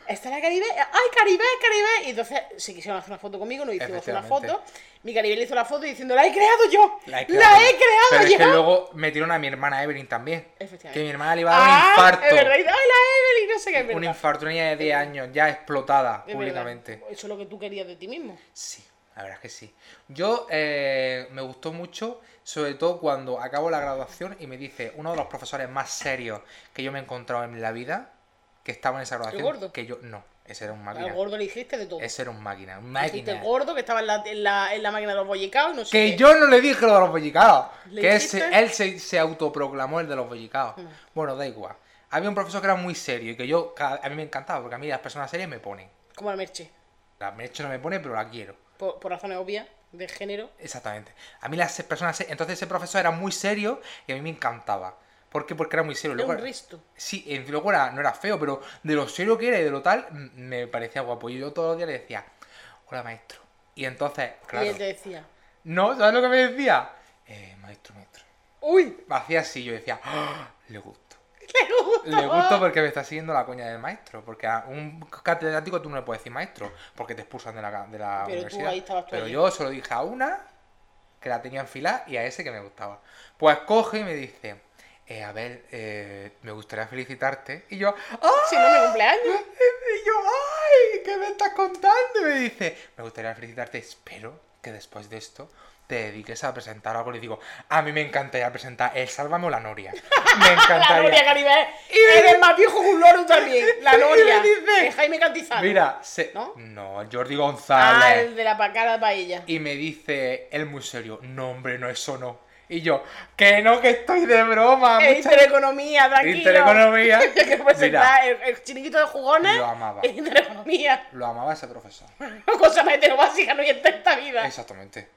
Speaker 2: ¿Está la Caribe? ¡Ay, Caribe, Caribe! Y entonces se quisieron hacer una foto conmigo, nos hicimos una
Speaker 1: Efectivamente.
Speaker 2: foto. Mi Caribe le hizo la foto diciendo, ¡la he creado yo! ¡La he creado,
Speaker 1: yo. Pero es
Speaker 2: yo!
Speaker 1: que luego metieron a mi hermana Evelyn también.
Speaker 2: Efectivamente.
Speaker 1: Que mi hermana le iba a dar un
Speaker 2: Ah,
Speaker 1: infarto.
Speaker 2: Es verdad, ¡ay, la Evelyn! No sé qué es
Speaker 1: un
Speaker 2: verdad.
Speaker 1: infarto, una niña de 10 años, ya explotada
Speaker 2: Es
Speaker 1: públicamente. Ah,
Speaker 2: verdad. Eso es lo que tú querías de ti mismo.
Speaker 1: Sí, la verdad es que sí. Yo eh, me gustó mucho, sobre todo cuando acabo la graduación y me dice uno de los profesores más serios que yo me he encontrado en la vida, que estaba en esa graduación,
Speaker 2: gordo?
Speaker 1: que yo no, ese era un
Speaker 2: Al
Speaker 1: máquina.
Speaker 2: gordo le dijiste de todo.
Speaker 1: Ese era un máquina, un
Speaker 2: Dijiste
Speaker 1: máquina.
Speaker 2: gordo que estaba en la, en la, en la máquina de los bollicaos y no sé
Speaker 1: Que
Speaker 2: qué.
Speaker 1: yo no le dije lo de los bollicaos.
Speaker 2: ¿Le
Speaker 1: Que
Speaker 2: dijiste?
Speaker 1: ese- él se, se autoproclamó el de los bollicaos.
Speaker 2: Mm.
Speaker 1: Bueno, da igual. Había un profesor que era muy serio y que yo, cada- a mí me encantaba, porque a mí las personas serias me ponen.
Speaker 2: Como la merche.
Speaker 1: La hecho no me pone, pero la quiero.
Speaker 2: Por, por razones obvias de género.
Speaker 1: Exactamente. A mí las personas... se- Entonces ese profesor era muy serio y a mí me encantaba. ¿Por qué? Porque era muy serio.
Speaker 2: Es
Speaker 1: Luego
Speaker 2: un
Speaker 1: era-
Speaker 2: risto.
Speaker 1: Sí, eh, luego era- no era feo, pero de lo serio que era y de lo tal, m- me parecía guapo. Y yo todos los días le decía, hola maestro. Y entonces, claro...
Speaker 2: Y él te decía,
Speaker 1: No, ¿sabes lo que me decía? Eh, maestro, maestro.
Speaker 2: ¡Uy!
Speaker 1: Me hacía así, yo decía, "Ah, le gusto.
Speaker 2: ¡Le gusta!
Speaker 1: Le gusto porque me está siguiendo la coña del maestro. Porque a un catedrático tú no le puedes decir maestro, porque te expulsan de la, ca- de la
Speaker 2: Pero tú
Speaker 1: universidad.
Speaker 2: ahí estabas tú
Speaker 1: Pero
Speaker 2: ahí.
Speaker 1: yo se lo dije a una que la tenía en fila y a ese que me gustaba. Pues coge y me dice, eh, a ver, eh, me gustaría felicitarte. Y yo, ¡ah!
Speaker 2: Si no, mi cumpleaños.
Speaker 1: Y yo, ¡ay! ¿Qué me estás contando? Y me dice, me gustaría felicitarte, espero que después de esto te dediques a presentar algo. Le digo, a mí me encantaría presentar el Sálvame o la Noria. Me
Speaker 2: La
Speaker 1: encantaría.
Speaker 2: Noria Caribe. eh,
Speaker 1: Y me-
Speaker 2: Eres más viejo que un loro también. La
Speaker 1: Y me
Speaker 2: Noria.
Speaker 1: dice-
Speaker 2: De Jaime Cantizano.
Speaker 1: Mira, se...
Speaker 2: ¿No?
Speaker 1: ¿No? Jordi
Speaker 2: Ah,
Speaker 1: González.
Speaker 2: el de la pa- cara de paella.
Speaker 1: Y me dice él muy serio, no hombre, no, eso no. Y yo, que no, que estoy de broma.
Speaker 2: Eh,
Speaker 1: mucha-
Speaker 2: Intereconomía, tranquilo.
Speaker 1: Intereconomía.
Speaker 2: Hay que
Speaker 1: Mira,
Speaker 2: presentar el, el chiniquito de jugones.
Speaker 1: Lo amaba.
Speaker 2: en Intereconomía.
Speaker 1: lo amaba ese profesor.
Speaker 2: Cosa más heterobásica no hay en esta vida.
Speaker 1: Exactamente.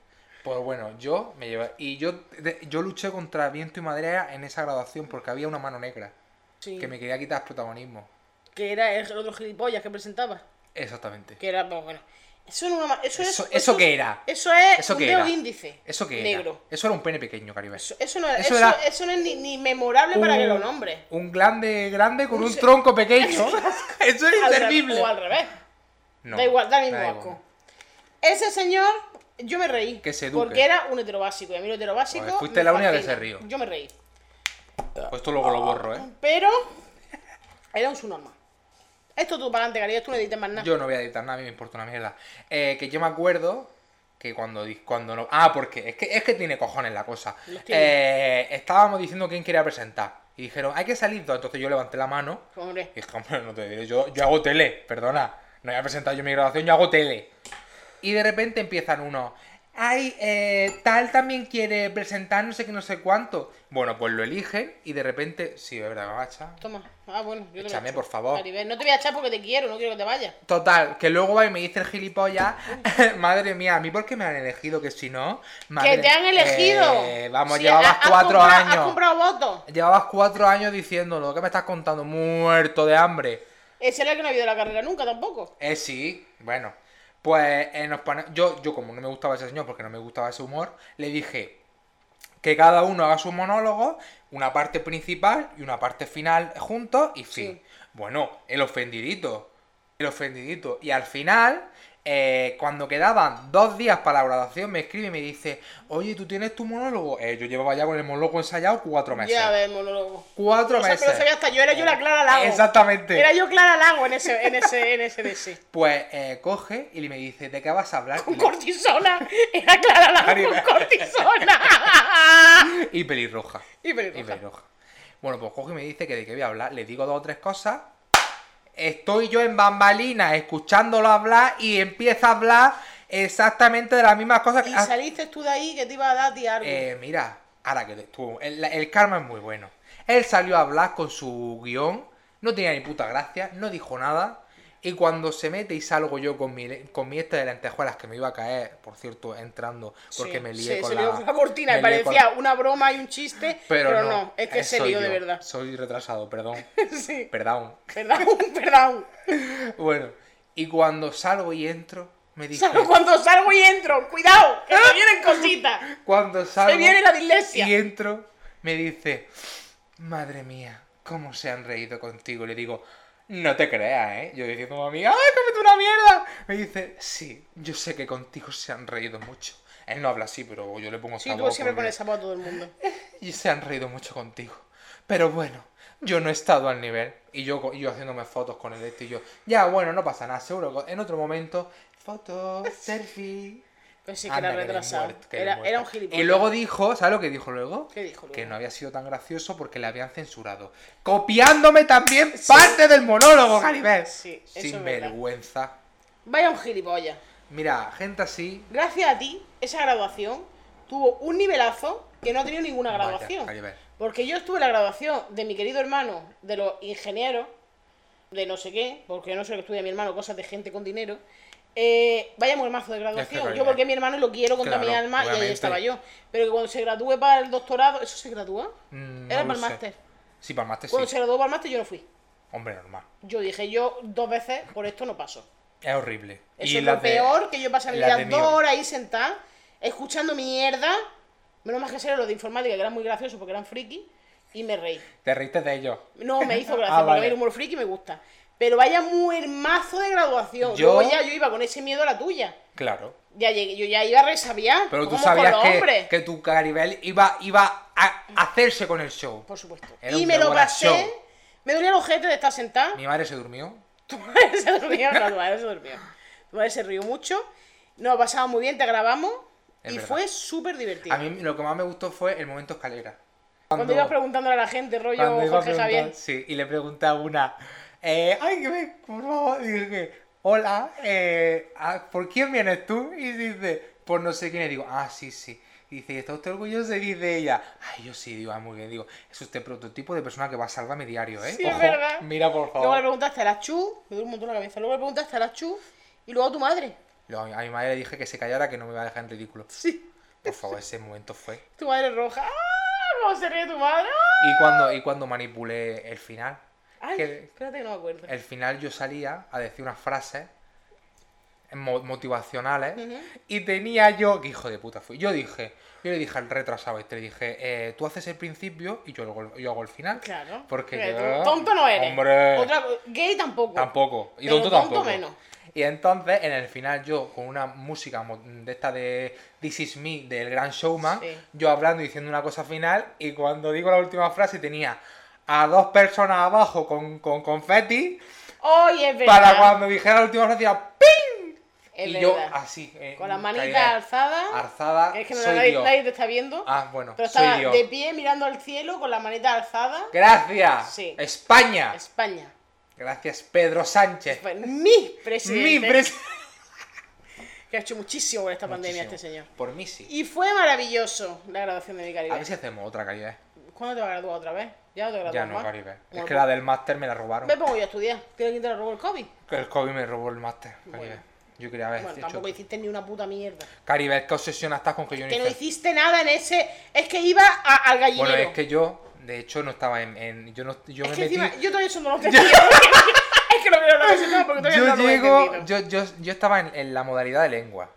Speaker 1: Pues bueno, yo me llevé... Y yo, de- yo luché contra viento y madera en esa graduación porque había una mano negra
Speaker 2: Sí.
Speaker 1: que me quería quitar protagonismo.
Speaker 2: que era el otro gilipollas que presentaba.
Speaker 1: Exactamente.
Speaker 2: Que era, bueno, bueno. Eso era una ma- Eso, es-
Speaker 1: ¿Eso,
Speaker 2: eso,
Speaker 1: eso qué era?
Speaker 2: Eso es
Speaker 1: ¿Eso
Speaker 2: un
Speaker 1: qué
Speaker 2: dedo
Speaker 1: era?
Speaker 2: índice.
Speaker 1: ¿Eso qué era?
Speaker 2: negro.
Speaker 1: Eso era un pene pequeño, Caribe.
Speaker 2: Eso, eso no era,
Speaker 1: Eso
Speaker 2: eso,
Speaker 1: era-
Speaker 2: eso no es ni, ni memorable para que lo
Speaker 1: Un-
Speaker 2: nombre.
Speaker 1: Un grande grande con
Speaker 2: Un
Speaker 1: un,
Speaker 2: se-
Speaker 1: tronco pequeño. Eso es inservible.
Speaker 2: O al revés.
Speaker 1: No,
Speaker 2: da igual, da mismo
Speaker 1: da
Speaker 2: asco.
Speaker 1: igual.
Speaker 2: Ese señor, yo me reí.
Speaker 1: Que se eduque.
Speaker 2: Porque era un heterobásico. Y a mí lo heterobásico.
Speaker 1: Pues fuiste
Speaker 2: me
Speaker 1: la única que
Speaker 2: fascina.
Speaker 1: se rió.
Speaker 2: Yo me reí.
Speaker 1: Pues esto luego lo borro,
Speaker 2: Ah,
Speaker 1: ¿eh?
Speaker 2: Pero era un subnormal. Esto tú para adelante, Caribe, tú no edites más nada.
Speaker 1: Yo no voy a editar nada, a mí me importa una mierda. Eh, que yo me acuerdo que cuando, di- cuando no... Ah, porque es que, es que tiene cojones la cosa.
Speaker 2: Los tiene.
Speaker 1: Eh, estábamos diciendo quién quería presentar. Y dijeron, hay que salir dos. Entonces yo levanté la mano
Speaker 2: Hombre.
Speaker 1: y dije, hombre, no te diré, yo, yo hago tele, perdona. No voy a presentar yo mi graduación, yo hago tele. Y de repente empiezan unos... ay, eh, tal también quiere presentar no sé qué, no sé cuánto. Bueno, pues lo eligen y de repente, sí, es verdad, me va a echar.
Speaker 2: Toma. Ah, bueno. Yo te voy a
Speaker 1: Échame,
Speaker 2: echar.
Speaker 1: por favor.
Speaker 2: Claribel, No te voy a echar porque te quiero, no quiero que te vayas.
Speaker 1: Total, que luego va y me dice el gilipollas, madre mía, a mí por qué me han elegido, que si no... madre-
Speaker 2: ¡Que te han elegido!
Speaker 1: Eh, vamos,
Speaker 2: Sí,
Speaker 1: llevabas
Speaker 2: has- has
Speaker 1: cuatro
Speaker 2: comprado- Has
Speaker 1: años.
Speaker 2: comprado votos.
Speaker 1: Llevabas cuatro años diciéndolo, ¿qué me estás contando? Muerto de hambre.
Speaker 2: Ese era el que no ha ido a la carrera nunca tampoco.
Speaker 1: Eh, sí, bueno. Pues eh, nos pone- yo, yo, como no me gustaba ese señor, porque no me gustaba ese humor, le dije que cada uno haga su monólogo, una parte principal y una parte final juntos, y fin.
Speaker 2: Sí.
Speaker 1: Bueno, el ofendidito. El ofendidito. Y al final, eh, cuando quedaban dos días para la graduación, me escribe y me dice: Oye, ¿tú tienes tu monólogo? Eh, yo llevaba ya con el monólogo ensayado cuatro meses.
Speaker 2: Ya ves, monólogo.
Speaker 1: Cuatro
Speaker 2: O sea,
Speaker 1: meses.
Speaker 2: pero sabía hasta yo, era yo la Clara Lago.
Speaker 1: Exactamente.
Speaker 2: Era yo Clara Lago en ese, en ese, en ese, de ese.
Speaker 1: Pues eh, coge y me dice, ¿de qué vas a hablar?
Speaker 2: Con
Speaker 1: Y le-
Speaker 2: cortisona. Era Clara Lago
Speaker 1: Claribel.
Speaker 2: con cortisona.
Speaker 1: Y pelirroja.
Speaker 2: y
Speaker 1: Y
Speaker 2: pelirroja.
Speaker 1: pelirroja. Bueno, pues coge y me dice que de qué voy a hablar. Le digo dos o tres cosas. Estoy yo en bambalina escuchándolo hablar y empieza a hablar exactamente de las mismas cosas que...
Speaker 2: Y
Speaker 1: ha-
Speaker 2: saliste tú de ahí que te iba a dar a ti algo.
Speaker 1: Eh, mira, ahora que estuvo... El, el karma es muy bueno. Él salió a hablar con su guión, no tenía ni puta gracia, no dijo nada. Y cuando se mete y salgo yo con mi, le- con mi este de lentejuelas, que me iba a caer, por cierto, entrando, porque
Speaker 2: Sí,
Speaker 1: me lié
Speaker 2: sí,
Speaker 1: con
Speaker 2: se
Speaker 1: la...
Speaker 2: lió con la cortina y
Speaker 1: me lié con la-
Speaker 2: parecía una broma y un chiste, pero, no, es que
Speaker 1: eh,
Speaker 2: se
Speaker 1: soy
Speaker 2: lió de
Speaker 1: yo.
Speaker 2: verdad.
Speaker 1: Soy retrasado, perdón.
Speaker 2: sí,
Speaker 1: Perdón.
Speaker 2: perdón, perdón.
Speaker 1: Bueno, y cuando salgo y entro, me dice.
Speaker 2: Salgo cuando salgo y entro, cuidado, que me vienen cositas.
Speaker 1: Cuando salgo
Speaker 2: Se viene la dislexia.
Speaker 1: y entro, me dice, madre mía, cómo se han reído contigo. Y le digo, no te creas, ¿eh? Yo diciendo a mi amiga, ¡ay, cómete una mierda! Me dice, sí, yo sé que contigo se han reído mucho. Él no habla así, pero yo le pongo
Speaker 2: Sí,
Speaker 1: esta
Speaker 2: tú
Speaker 1: voz
Speaker 2: siempre
Speaker 1: porque-
Speaker 2: pones esa a todo el mundo.
Speaker 1: Y se han reído mucho contigo. Pero bueno, yo no he estado al nivel. Y yo, co- y yo haciéndome fotos con el este y yo. Ya, bueno, no pasa nada. Seguro que en otro momento. Fotos, selfie.
Speaker 2: Pero sí que
Speaker 1: Anda,
Speaker 2: era
Speaker 1: que eres
Speaker 2: retrasado.
Speaker 1: muerto, que eres
Speaker 2: Era,
Speaker 1: muerto.
Speaker 2: era un gilipollas.
Speaker 1: Y luego dijo, ¿sabes lo que dijo luego?
Speaker 2: ¿Qué dijo luego?
Speaker 1: Que no había sido tan gracioso porque le habían censurado. Copiándome también
Speaker 2: Sí.
Speaker 1: parte del monólogo, Garibel.
Speaker 2: sí, eso
Speaker 1: Sin
Speaker 2: es verdad.
Speaker 1: vergüenza.
Speaker 2: Vaya un gilipollas.
Speaker 1: Mira, gente así.
Speaker 2: Gracias a ti, esa graduación tuvo un nivelazo que no ha tenido ninguna
Speaker 1: Vaya,
Speaker 2: graduación.
Speaker 1: Garibel.
Speaker 2: Porque yo estuve en la graduación de mi querido hermano, de los ingenieros, de no sé qué, porque no sé lo que estudia mi hermano, cosas de gente con dinero. Eh, vaya mazo de graduación.
Speaker 1: realidad.
Speaker 2: yo porque es mi hermano y lo quiero con toda mi
Speaker 1: Claro,
Speaker 2: alma y ahí
Speaker 1: obviamente.
Speaker 2: estaba yo. Pero que cuando se gradúe para el doctorado, ¿eso se gradúa?
Speaker 1: Mm, no
Speaker 2: Era
Speaker 1: lo
Speaker 2: para el
Speaker 1: sé.
Speaker 2: máster.
Speaker 1: Sí, para el máster sí.
Speaker 2: Cuando se graduó para el máster yo no fui.
Speaker 1: Hombre, normal.
Speaker 2: Yo dije, yo dos veces por esto no paso.
Speaker 1: Es horrible.
Speaker 2: Eso es
Speaker 1: la
Speaker 2: lo
Speaker 1: de-
Speaker 2: peor que yo pasé mi
Speaker 1: la
Speaker 2: vida
Speaker 1: de
Speaker 2: dos
Speaker 1: Neo.
Speaker 2: horas ahí sentada, escuchando mierda. Menos más que ser lo de informática, que era muy gracioso porque eran friki, y me reí.
Speaker 1: Te reíste de ellos.
Speaker 2: No, me hizo
Speaker 1: Ah,
Speaker 2: gracia, porque
Speaker 1: vale.
Speaker 2: a mí el humor friki me gusta. Pero vaya muermazo de graduación.
Speaker 1: Yo-
Speaker 2: Luego ya yo iba con ese miedo a la tuya.
Speaker 1: Claro.
Speaker 2: Ya llegué, yo ya iba a resabiar.
Speaker 1: Pero tú
Speaker 2: como
Speaker 1: sabías
Speaker 2: con los
Speaker 1: que,
Speaker 2: hombres. Mm.
Speaker 1: que tu Caribel iba, iba a hacerse con el show.
Speaker 2: Por supuesto.
Speaker 1: Era
Speaker 2: y
Speaker 1: un
Speaker 2: me lo
Speaker 1: gran
Speaker 2: pasé.
Speaker 1: show.
Speaker 2: Me dolía el ojete de estar sentada.
Speaker 1: Mi madre se durmió.
Speaker 2: Tu madre se durmió, no, tu madre se durmió. Tu madre se rió mucho. Nos pasamos muy bien, te grabamos.
Speaker 1: Es
Speaker 2: y
Speaker 1: verdad.
Speaker 2: fue súper divertido.
Speaker 1: A mí lo que más me gustó fue el momento escalera.
Speaker 2: Cuando, ibas preguntándole a la gente, rollo
Speaker 1: cuando iba a
Speaker 2: Jorge
Speaker 1: preguntar-
Speaker 2: Javier.
Speaker 1: Sí, y le pregunté a una. eh, ay, que me. Por favor, dije, hola, eh, ah, ¿por quién vienes tú? Y dice, por no sé quién. Y digo, ah, sí, sí. Y dice, ¿y está usted orgullosa? Y dice ella, ay, yo sí, digo, ah, muy bien. Digo, es usted prototipo de persona que va a salvar mi diario, ¿eh?
Speaker 2: Sí, es verdad.
Speaker 1: Mira, por favor.
Speaker 2: Luego le preguntaste a la Chu. Me duele un montón la cabeza. Luego le preguntaste a la Chu. Y luego a tu madre.
Speaker 1: Luego a mi- a mi madre le dije que se callara, que no me iba a dejar en ridículo.
Speaker 2: Sí.
Speaker 1: Por favor, ese momento fue.
Speaker 2: Tu madre roja. ¡Ah! ¿Cómo se ríe tu madre? ¡Ah!
Speaker 1: Y cuando, y cuando manipulé el final,
Speaker 2: Ay,
Speaker 1: que
Speaker 2: espérate que no me acuerdo.
Speaker 1: el final yo salía a decir unas frases mo- motivacionales y tenía yo, que hijo de puta fui, yo dije, yo le dije al retrasado este, le dije, eh, tú haces el principio y yo, luego- yo hago el final.
Speaker 2: Claro.
Speaker 1: Porque
Speaker 2: Mira,
Speaker 1: yo-
Speaker 2: tú tonto no eres.
Speaker 1: Hombre.
Speaker 2: Otra, gay tampoco.
Speaker 1: Tampoco. Y
Speaker 2: Pero
Speaker 1: tonto
Speaker 2: tonto
Speaker 1: tampoco.
Speaker 2: menos.
Speaker 1: Y entonces, en el final, yo con una música mo- de esta de This Is Me, del Gran Showman,
Speaker 2: Sí.
Speaker 1: yo hablando y diciendo una cosa final, y cuando digo la última frase tenía a dos personas abajo con, con confeti,
Speaker 2: Hoy es verdad.
Speaker 1: para cuando dijera la última frase, decía ¡ping!
Speaker 2: Es
Speaker 1: y
Speaker 2: verdad.
Speaker 1: yo así. eh,
Speaker 2: Con las
Speaker 1: caía.
Speaker 2: manitas alzadas.
Speaker 1: Alzada,
Speaker 2: Es que no,
Speaker 1: soy
Speaker 2: nadie,
Speaker 1: Dios.
Speaker 2: nadie te está viendo.
Speaker 1: Ah, bueno,
Speaker 2: Pero
Speaker 1: soy
Speaker 2: estaba
Speaker 1: Dios.
Speaker 2: de pie mirando al cielo con las manitas alzadas.
Speaker 1: Gracias,
Speaker 2: Sí.
Speaker 1: España.
Speaker 2: España. Pues,
Speaker 1: Gracias, Pedro Sánchez.
Speaker 2: Fue Mi
Speaker 1: Mi
Speaker 2: presidente.
Speaker 1: pres-
Speaker 2: que ha hecho muchísimo con esta pandemia
Speaker 1: Muchísimo.
Speaker 2: este señor.
Speaker 1: Por mí sí.
Speaker 2: Y fue maravilloso la graduación de mi
Speaker 1: A
Speaker 2: Caribe.
Speaker 1: ver si hacemos otra Caribe.
Speaker 2: ¿Cuándo te vas a graduar otra vez? Ya no te gradúas
Speaker 1: Ya no,
Speaker 2: más.
Speaker 1: Caribe. Es
Speaker 2: Bueno, pues,
Speaker 1: que la del máster me la robaron.
Speaker 2: Me pongo yo a estudiar. Tiene que te la robó el COVID.
Speaker 1: Que El COVID me robó el máster, Caribe.
Speaker 2: Bueno.
Speaker 1: Yo quería haber
Speaker 2: Bueno,
Speaker 1: hecho
Speaker 2: tampoco
Speaker 1: otro.
Speaker 2: hiciste ni una puta mierda.
Speaker 1: Caribe, es que obsesión estás con que yo no
Speaker 2: Que no
Speaker 1: hice-
Speaker 2: hiciste nada en ese. Es que iba a- al gallinero.
Speaker 1: Bueno, es que yo, de hecho, no estaba en... en- yo no, yo
Speaker 2: Es
Speaker 1: me
Speaker 2: que
Speaker 1: metí...
Speaker 2: encima, yo todavía eso no lo he Es que no veo lo que se llama porque todavía
Speaker 1: Yo
Speaker 2: no lo he
Speaker 1: llego...
Speaker 2: entendido.
Speaker 1: Yo, yo, yo estaba en, en la modalidad de lengua.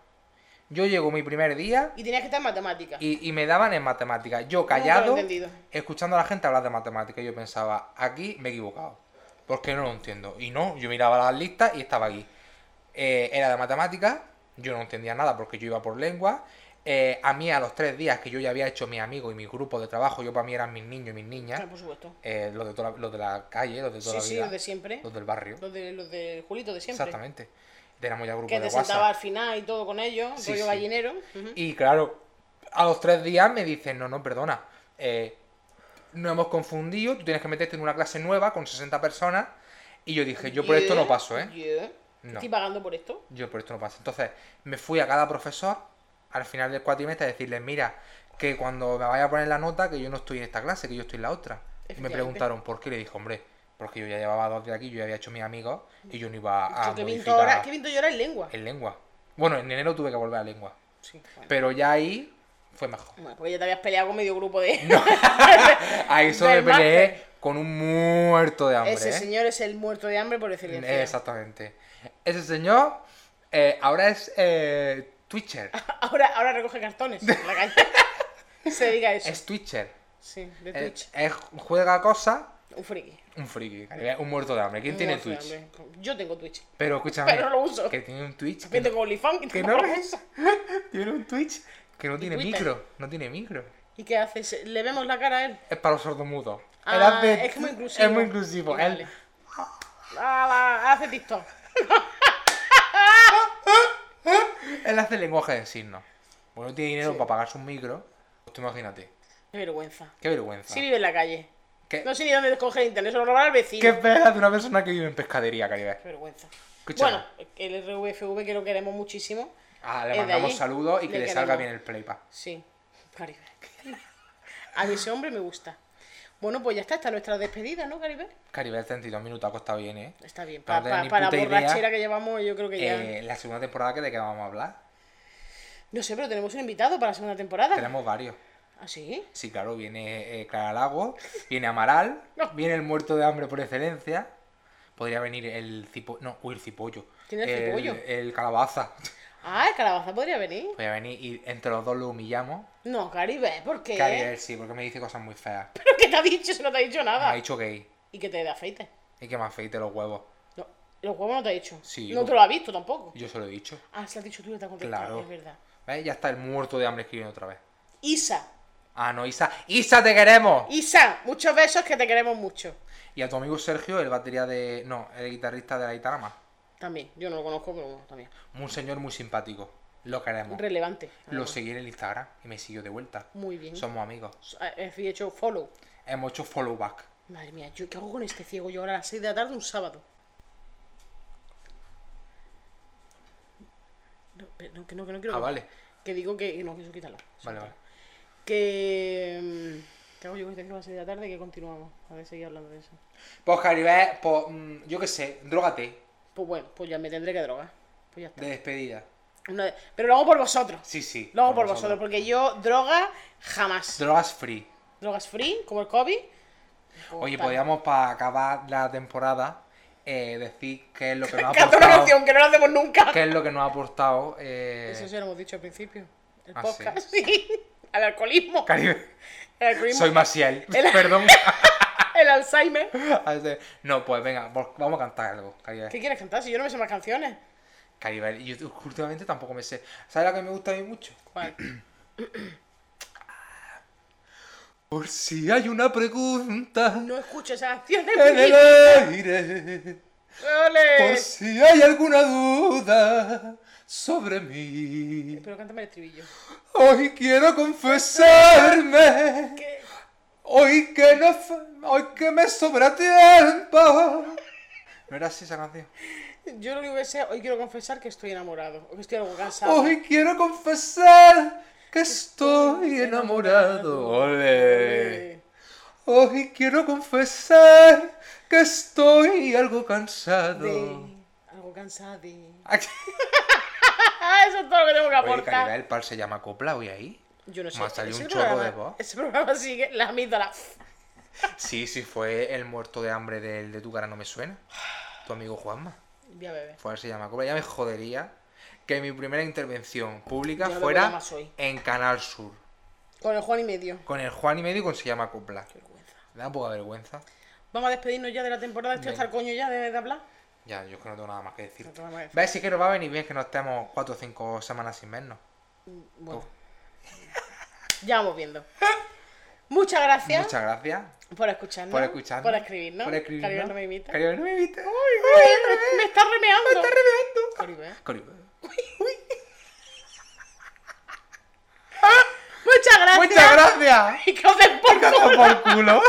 Speaker 1: Yo llego mi primer día
Speaker 2: Y tenías que estar en matemáticas.
Speaker 1: y, y me daban en matemáticas. Yo
Speaker 2: Nunca lo he
Speaker 1: callado,
Speaker 2: entendido.
Speaker 1: escuchando a la gente hablar de matemáticas. y Yo pensaba, aquí me he equivocado. Porque no lo entiendo. Y no, yo miraba las listas y estaba aquí. Eh, era de matemáticas, yo no entendía nada porque yo iba por lengua. Eh, a mí a los tres días que yo ya había hecho mi amigo y mi grupo de trabajo, yo para mí eran mis niños y mis niñas.
Speaker 2: Ah, por supuesto.
Speaker 1: Eh, los, de toda la, los de la calle, los de toda
Speaker 2: Sí,
Speaker 1: la
Speaker 2: sí,
Speaker 1: vida.
Speaker 2: los de siempre.
Speaker 1: Los del barrio.
Speaker 2: Los de, los de Julito de siempre.
Speaker 1: Exactamente. Teníamos ya grupo
Speaker 2: Que
Speaker 1: de
Speaker 2: te sentaba
Speaker 1: WhatsApp.
Speaker 2: al final y todo con ellos,
Speaker 1: Sí,
Speaker 2: rollo
Speaker 1: sí.
Speaker 2: gallinero. Ujú.
Speaker 1: Y claro, a los tres días me dicen, no, no, perdona. eh, no hemos confundido, tú tienes que meterte en una clase nueva con 60 personas. Y yo dije, yo por esto no
Speaker 2: Yeah,
Speaker 1: paso, ¿eh?
Speaker 2: yeah.
Speaker 1: No.
Speaker 2: Estoy pagando por esto.
Speaker 1: Yo por esto no paso. Entonces, me fui a cada profesor al final del cuatrimestre a decirles, mira, que cuando me vaya a poner la nota, que yo no estoy en esta clase, que yo estoy en la otra. Y me
Speaker 2: Efectivamente.
Speaker 1: preguntaron por qué, y le dije, hombre, porque yo ya llevaba dos días aquí, yo ya había hecho mis amigos y yo no iba a
Speaker 2: Yo que pinto
Speaker 1: modificar
Speaker 2: ahora- que pinto yo ahora en lengua.
Speaker 1: en lengua. Bueno, en enero tuve que volver a lengua.
Speaker 2: Sí, bueno.
Speaker 1: Pero ya ahí fue mejor.
Speaker 2: Bueno, porque ya te habías peleado con medio grupo de.
Speaker 1: Ahí solo me
Speaker 2: Del
Speaker 1: peleé
Speaker 2: máster.
Speaker 1: con un muerto de hambre.
Speaker 2: Ese
Speaker 1: ¿eh?
Speaker 2: señor es el muerto de hambre por decirle.
Speaker 1: Eh, Exactamente. Ese señor eh, ahora es eh, Twitcher.
Speaker 2: Ahora, ahora recoge cartones en la calle. Se dedica a eso.
Speaker 1: Es Twitcher.
Speaker 2: Sí, de
Speaker 1: Eh,
Speaker 2: Twitch.
Speaker 1: es- juega cosas.
Speaker 2: Un friki.
Speaker 1: Un friki, caribe, un muerto de hambre. eh, ¿Quién
Speaker 2: Un
Speaker 1: tiene
Speaker 2: muerto de
Speaker 1: Twitch?
Speaker 2: hambre. Yo tengo Twitch.
Speaker 1: Pero escúchame.
Speaker 2: Pero no lo uso.
Speaker 1: Que tiene un Twitch. Que,
Speaker 2: Yo tengo OnlyFans y
Speaker 1: que
Speaker 2: tampoco
Speaker 1: no
Speaker 2: lo
Speaker 1: ves.
Speaker 2: uso.
Speaker 1: Tiene un Twitch que no tiene
Speaker 2: Twitter.
Speaker 1: micro. No tiene micro.
Speaker 2: ¿Y qué haces? ¿Le vemos la cara a él?
Speaker 1: Es para los sordomudos.
Speaker 2: Ah,
Speaker 1: Él hace-
Speaker 2: es muy inclusivo.
Speaker 1: Es muy inclusivo. Él-
Speaker 2: Vale. Ah, hace TikTok.
Speaker 1: Él hace lenguaje de signos. Bueno, no tiene dinero para pagarse un micro. Pues tú imagínate.
Speaker 2: Qué vergüenza.
Speaker 1: Qué vergüenza.
Speaker 2: Sí vive en la calle.
Speaker 1: Ah. qué,
Speaker 2: No sé ni dónde coger internet, se lo robará el vecino.
Speaker 1: qué
Speaker 2: Qué,
Speaker 1: pena de una persona que vive en pescadería, Caribe.
Speaker 2: vergüenza.
Speaker 1: Escúchame.
Speaker 2: Bueno, el RVFV que lo queremos muchísimo.
Speaker 1: Ah,
Speaker 2: Es
Speaker 1: le
Speaker 2: de
Speaker 1: mandamos
Speaker 2: allí.
Speaker 1: saludos y que
Speaker 2: Le
Speaker 1: le salga
Speaker 2: queremos.
Speaker 1: bien el playpa.
Speaker 2: Sí, Caribe. A mí ese hombre me gusta. Bueno, pues ya está, está nuestra despedida, ¿no, Caribe?
Speaker 1: Caribe, 32 minutos ha costado bien, ¿eh?
Speaker 2: Está bien.
Speaker 1: Para no
Speaker 2: Pa-
Speaker 1: tener
Speaker 2: pa-
Speaker 1: ni
Speaker 2: para
Speaker 1: puta
Speaker 2: la
Speaker 1: idea.
Speaker 2: borrachera que llevamos, yo creo que ya.
Speaker 1: Eh, la segunda temporada, que ¿de qué vamos a hablar?
Speaker 2: No sé, pero tenemos un invitado para la segunda temporada.
Speaker 1: Tenemos varios.
Speaker 2: ¿Ah, sí?
Speaker 1: Sí, claro, viene eh, Clara Lago, viene Amaral, viene el muerto de hambre por excelencia. Podría venir el cipollo. No, uy, el cipollo.
Speaker 2: ¿Quién es el cipollo?
Speaker 1: El calabaza.
Speaker 2: Ah, el calabaza podría venir.
Speaker 1: Podría venir y entre los dos lo humillamos.
Speaker 2: No, Caribe, ¿por qué?
Speaker 1: Caribe, sí, porque me dice cosas muy feas.
Speaker 2: ¿Pero qué te ha dicho? Si no te ha dicho
Speaker 1: Me ha
Speaker 2: nada.
Speaker 1: dicho gay.
Speaker 2: Y que te dé afeite.
Speaker 1: Y que me afeite los huevos.
Speaker 2: No, los huevos no te ha dicho.
Speaker 1: Sí,
Speaker 2: no
Speaker 1: los-
Speaker 2: te lo ha visto tampoco.
Speaker 1: Yo se lo he dicho.
Speaker 2: Ah, se lo has dicho tú, no te ha contestado.
Speaker 1: Claro.
Speaker 2: Es verdad.
Speaker 1: ¿Ves? Ya está el muerto de hambre escribiendo otra vez.
Speaker 2: Isa,
Speaker 1: Ah, no, Isa. ¡Isa, te queremos!
Speaker 2: Isa, muchos besos que te queremos mucho.
Speaker 1: Y a tu amigo Sergio, el batería de. No, el guitarrista de la guitarra
Speaker 2: También, yo no lo conozco, pero bueno, también.
Speaker 1: Un señor muy simpático. Lo queremos.
Speaker 2: Relevante.
Speaker 1: Lo
Speaker 2: además.
Speaker 1: seguí en el Instagram y me siguió de vuelta.
Speaker 2: Muy bien.
Speaker 1: Somos amigos.
Speaker 2: He eh, hecho follow.
Speaker 1: Hemos hecho follow back.
Speaker 2: Madre mía, yo, ¿qué hago con este ciego yo ahora a las 6 de la tarde un sábado? No, pero no, que no, que no quiero.
Speaker 1: Ah, vale.
Speaker 2: Que digo que. No, que eso quítalo. Eso
Speaker 1: Vale,
Speaker 2: quítalo.
Speaker 1: vale.
Speaker 2: Que. mm, ¿Qué hago yo con este ciego a las 6 de la tarde? Que continuamos. A ver, seguir hablando de eso.
Speaker 1: Pues Caribe, pues mm, yo qué sé, drogate.
Speaker 2: Pues bueno, pues ya me tendré que drogar. Pues ya está.
Speaker 1: De despedida.
Speaker 2: Una de- Pero lo hago por vosotros.
Speaker 1: Sí, sí.
Speaker 2: Lo hago
Speaker 1: con
Speaker 2: por vosotros, porque yo droga jamás.
Speaker 1: Drogas free.
Speaker 2: Drogas free, como el COVID.
Speaker 1: Oye,
Speaker 2: Tal.
Speaker 1: podríamos para acabar la temporada eh, decir qué es lo que nos ha
Speaker 2: Canta una
Speaker 1: aportado.
Speaker 2: canción que no la hacemos nunca.
Speaker 1: ¿Qué es lo que nos ha aportado? eh,
Speaker 2: Eso sí lo hemos dicho al principio. El
Speaker 1: ¿Ah,
Speaker 2: podcast, sí. Al alcoholismo.
Speaker 1: Caribe.
Speaker 2: El alcoholismo.
Speaker 1: Soy Maciel.
Speaker 2: El-
Speaker 1: Perdón.
Speaker 2: El Alzheimer.
Speaker 1: no, pues venga, vol- vamos a cantar algo, Caribe.
Speaker 2: ¿Qué quieres cantar? Si yo no me sé más canciones.
Speaker 1: Caribe, yo últimamente tampoco me sé. ¿Sabes la que me gusta a mí mucho?
Speaker 2: ¿Cuál?
Speaker 1: Por si hay una pregunta
Speaker 2: No escucho esa canción de
Speaker 1: en el aire, por
Speaker 2: ¡Ole!
Speaker 1: si hay alguna duda sobre mí,
Speaker 2: Pero cántame el estribillo.
Speaker 1: hoy quiero confesarme,
Speaker 2: ¿Qué?
Speaker 1: hoy que no, fa- hoy que me sobra tiempo. ¿No era así esa canción?
Speaker 2: Yo lo único que sé, hoy quiero confesar que estoy enamorado. O que estoy algo cansado.
Speaker 1: Hoy quiero confesar que estoy enamorado. Ole. Hoy quiero confesar que estoy algo cansado.
Speaker 2: De- Algo cansado. Eso
Speaker 1: Aquí-
Speaker 2: es todo lo que tengo que
Speaker 1: Oye, Calidad,
Speaker 2: aportar.
Speaker 1: el par se llama Copla hoy ahí.
Speaker 2: Yo no sé.
Speaker 1: Me ha salido
Speaker 2: ese
Speaker 1: un chorro
Speaker 2: programa-
Speaker 1: de voz.
Speaker 2: Ese programa sigue la amígdala.
Speaker 1: Sí, sí, fue el muerto de hambre del de tu cara no me suena. Tu amigo Juanma.
Speaker 2: Voy a beber.
Speaker 1: Fue se llama Copla. Ya me jodería que mi primera intervención pública
Speaker 2: Ya lo
Speaker 1: fuera
Speaker 2: programas hoy.
Speaker 1: en Canal Sur.
Speaker 2: Con el Juan y medio.
Speaker 1: Con el Juan y medio y con se llama Copla.
Speaker 2: Qué vergüenza.
Speaker 1: Me da poca vergüenza.
Speaker 2: Vamos a despedirnos ya de la temporada. Estoy hasta el coño ya de, de hablar.
Speaker 1: Ya, yo es que no tengo nada más que decir.
Speaker 2: No tengo nada más que decir.
Speaker 1: ¿Ves? Sí que nos va a venir bien que no estemos 4 o 5 semanas sin vernos.
Speaker 2: Bueno. Ya vamos viendo. Muchas gracias
Speaker 1: Muchas gracias
Speaker 2: por escucharnos.
Speaker 1: por escucharnos.
Speaker 2: Por escribirnos.
Speaker 1: Por escribirnos.
Speaker 2: Caribe no me imita.
Speaker 1: Caribe no me imita. Uy,
Speaker 2: Me está remeando. ¿eh?
Speaker 1: está remeando.
Speaker 2: Caribe.
Speaker 1: Caribe.
Speaker 2: Muchas gracias.
Speaker 1: Muchas gracias.
Speaker 2: Y que os den por
Speaker 1: Cago por culo.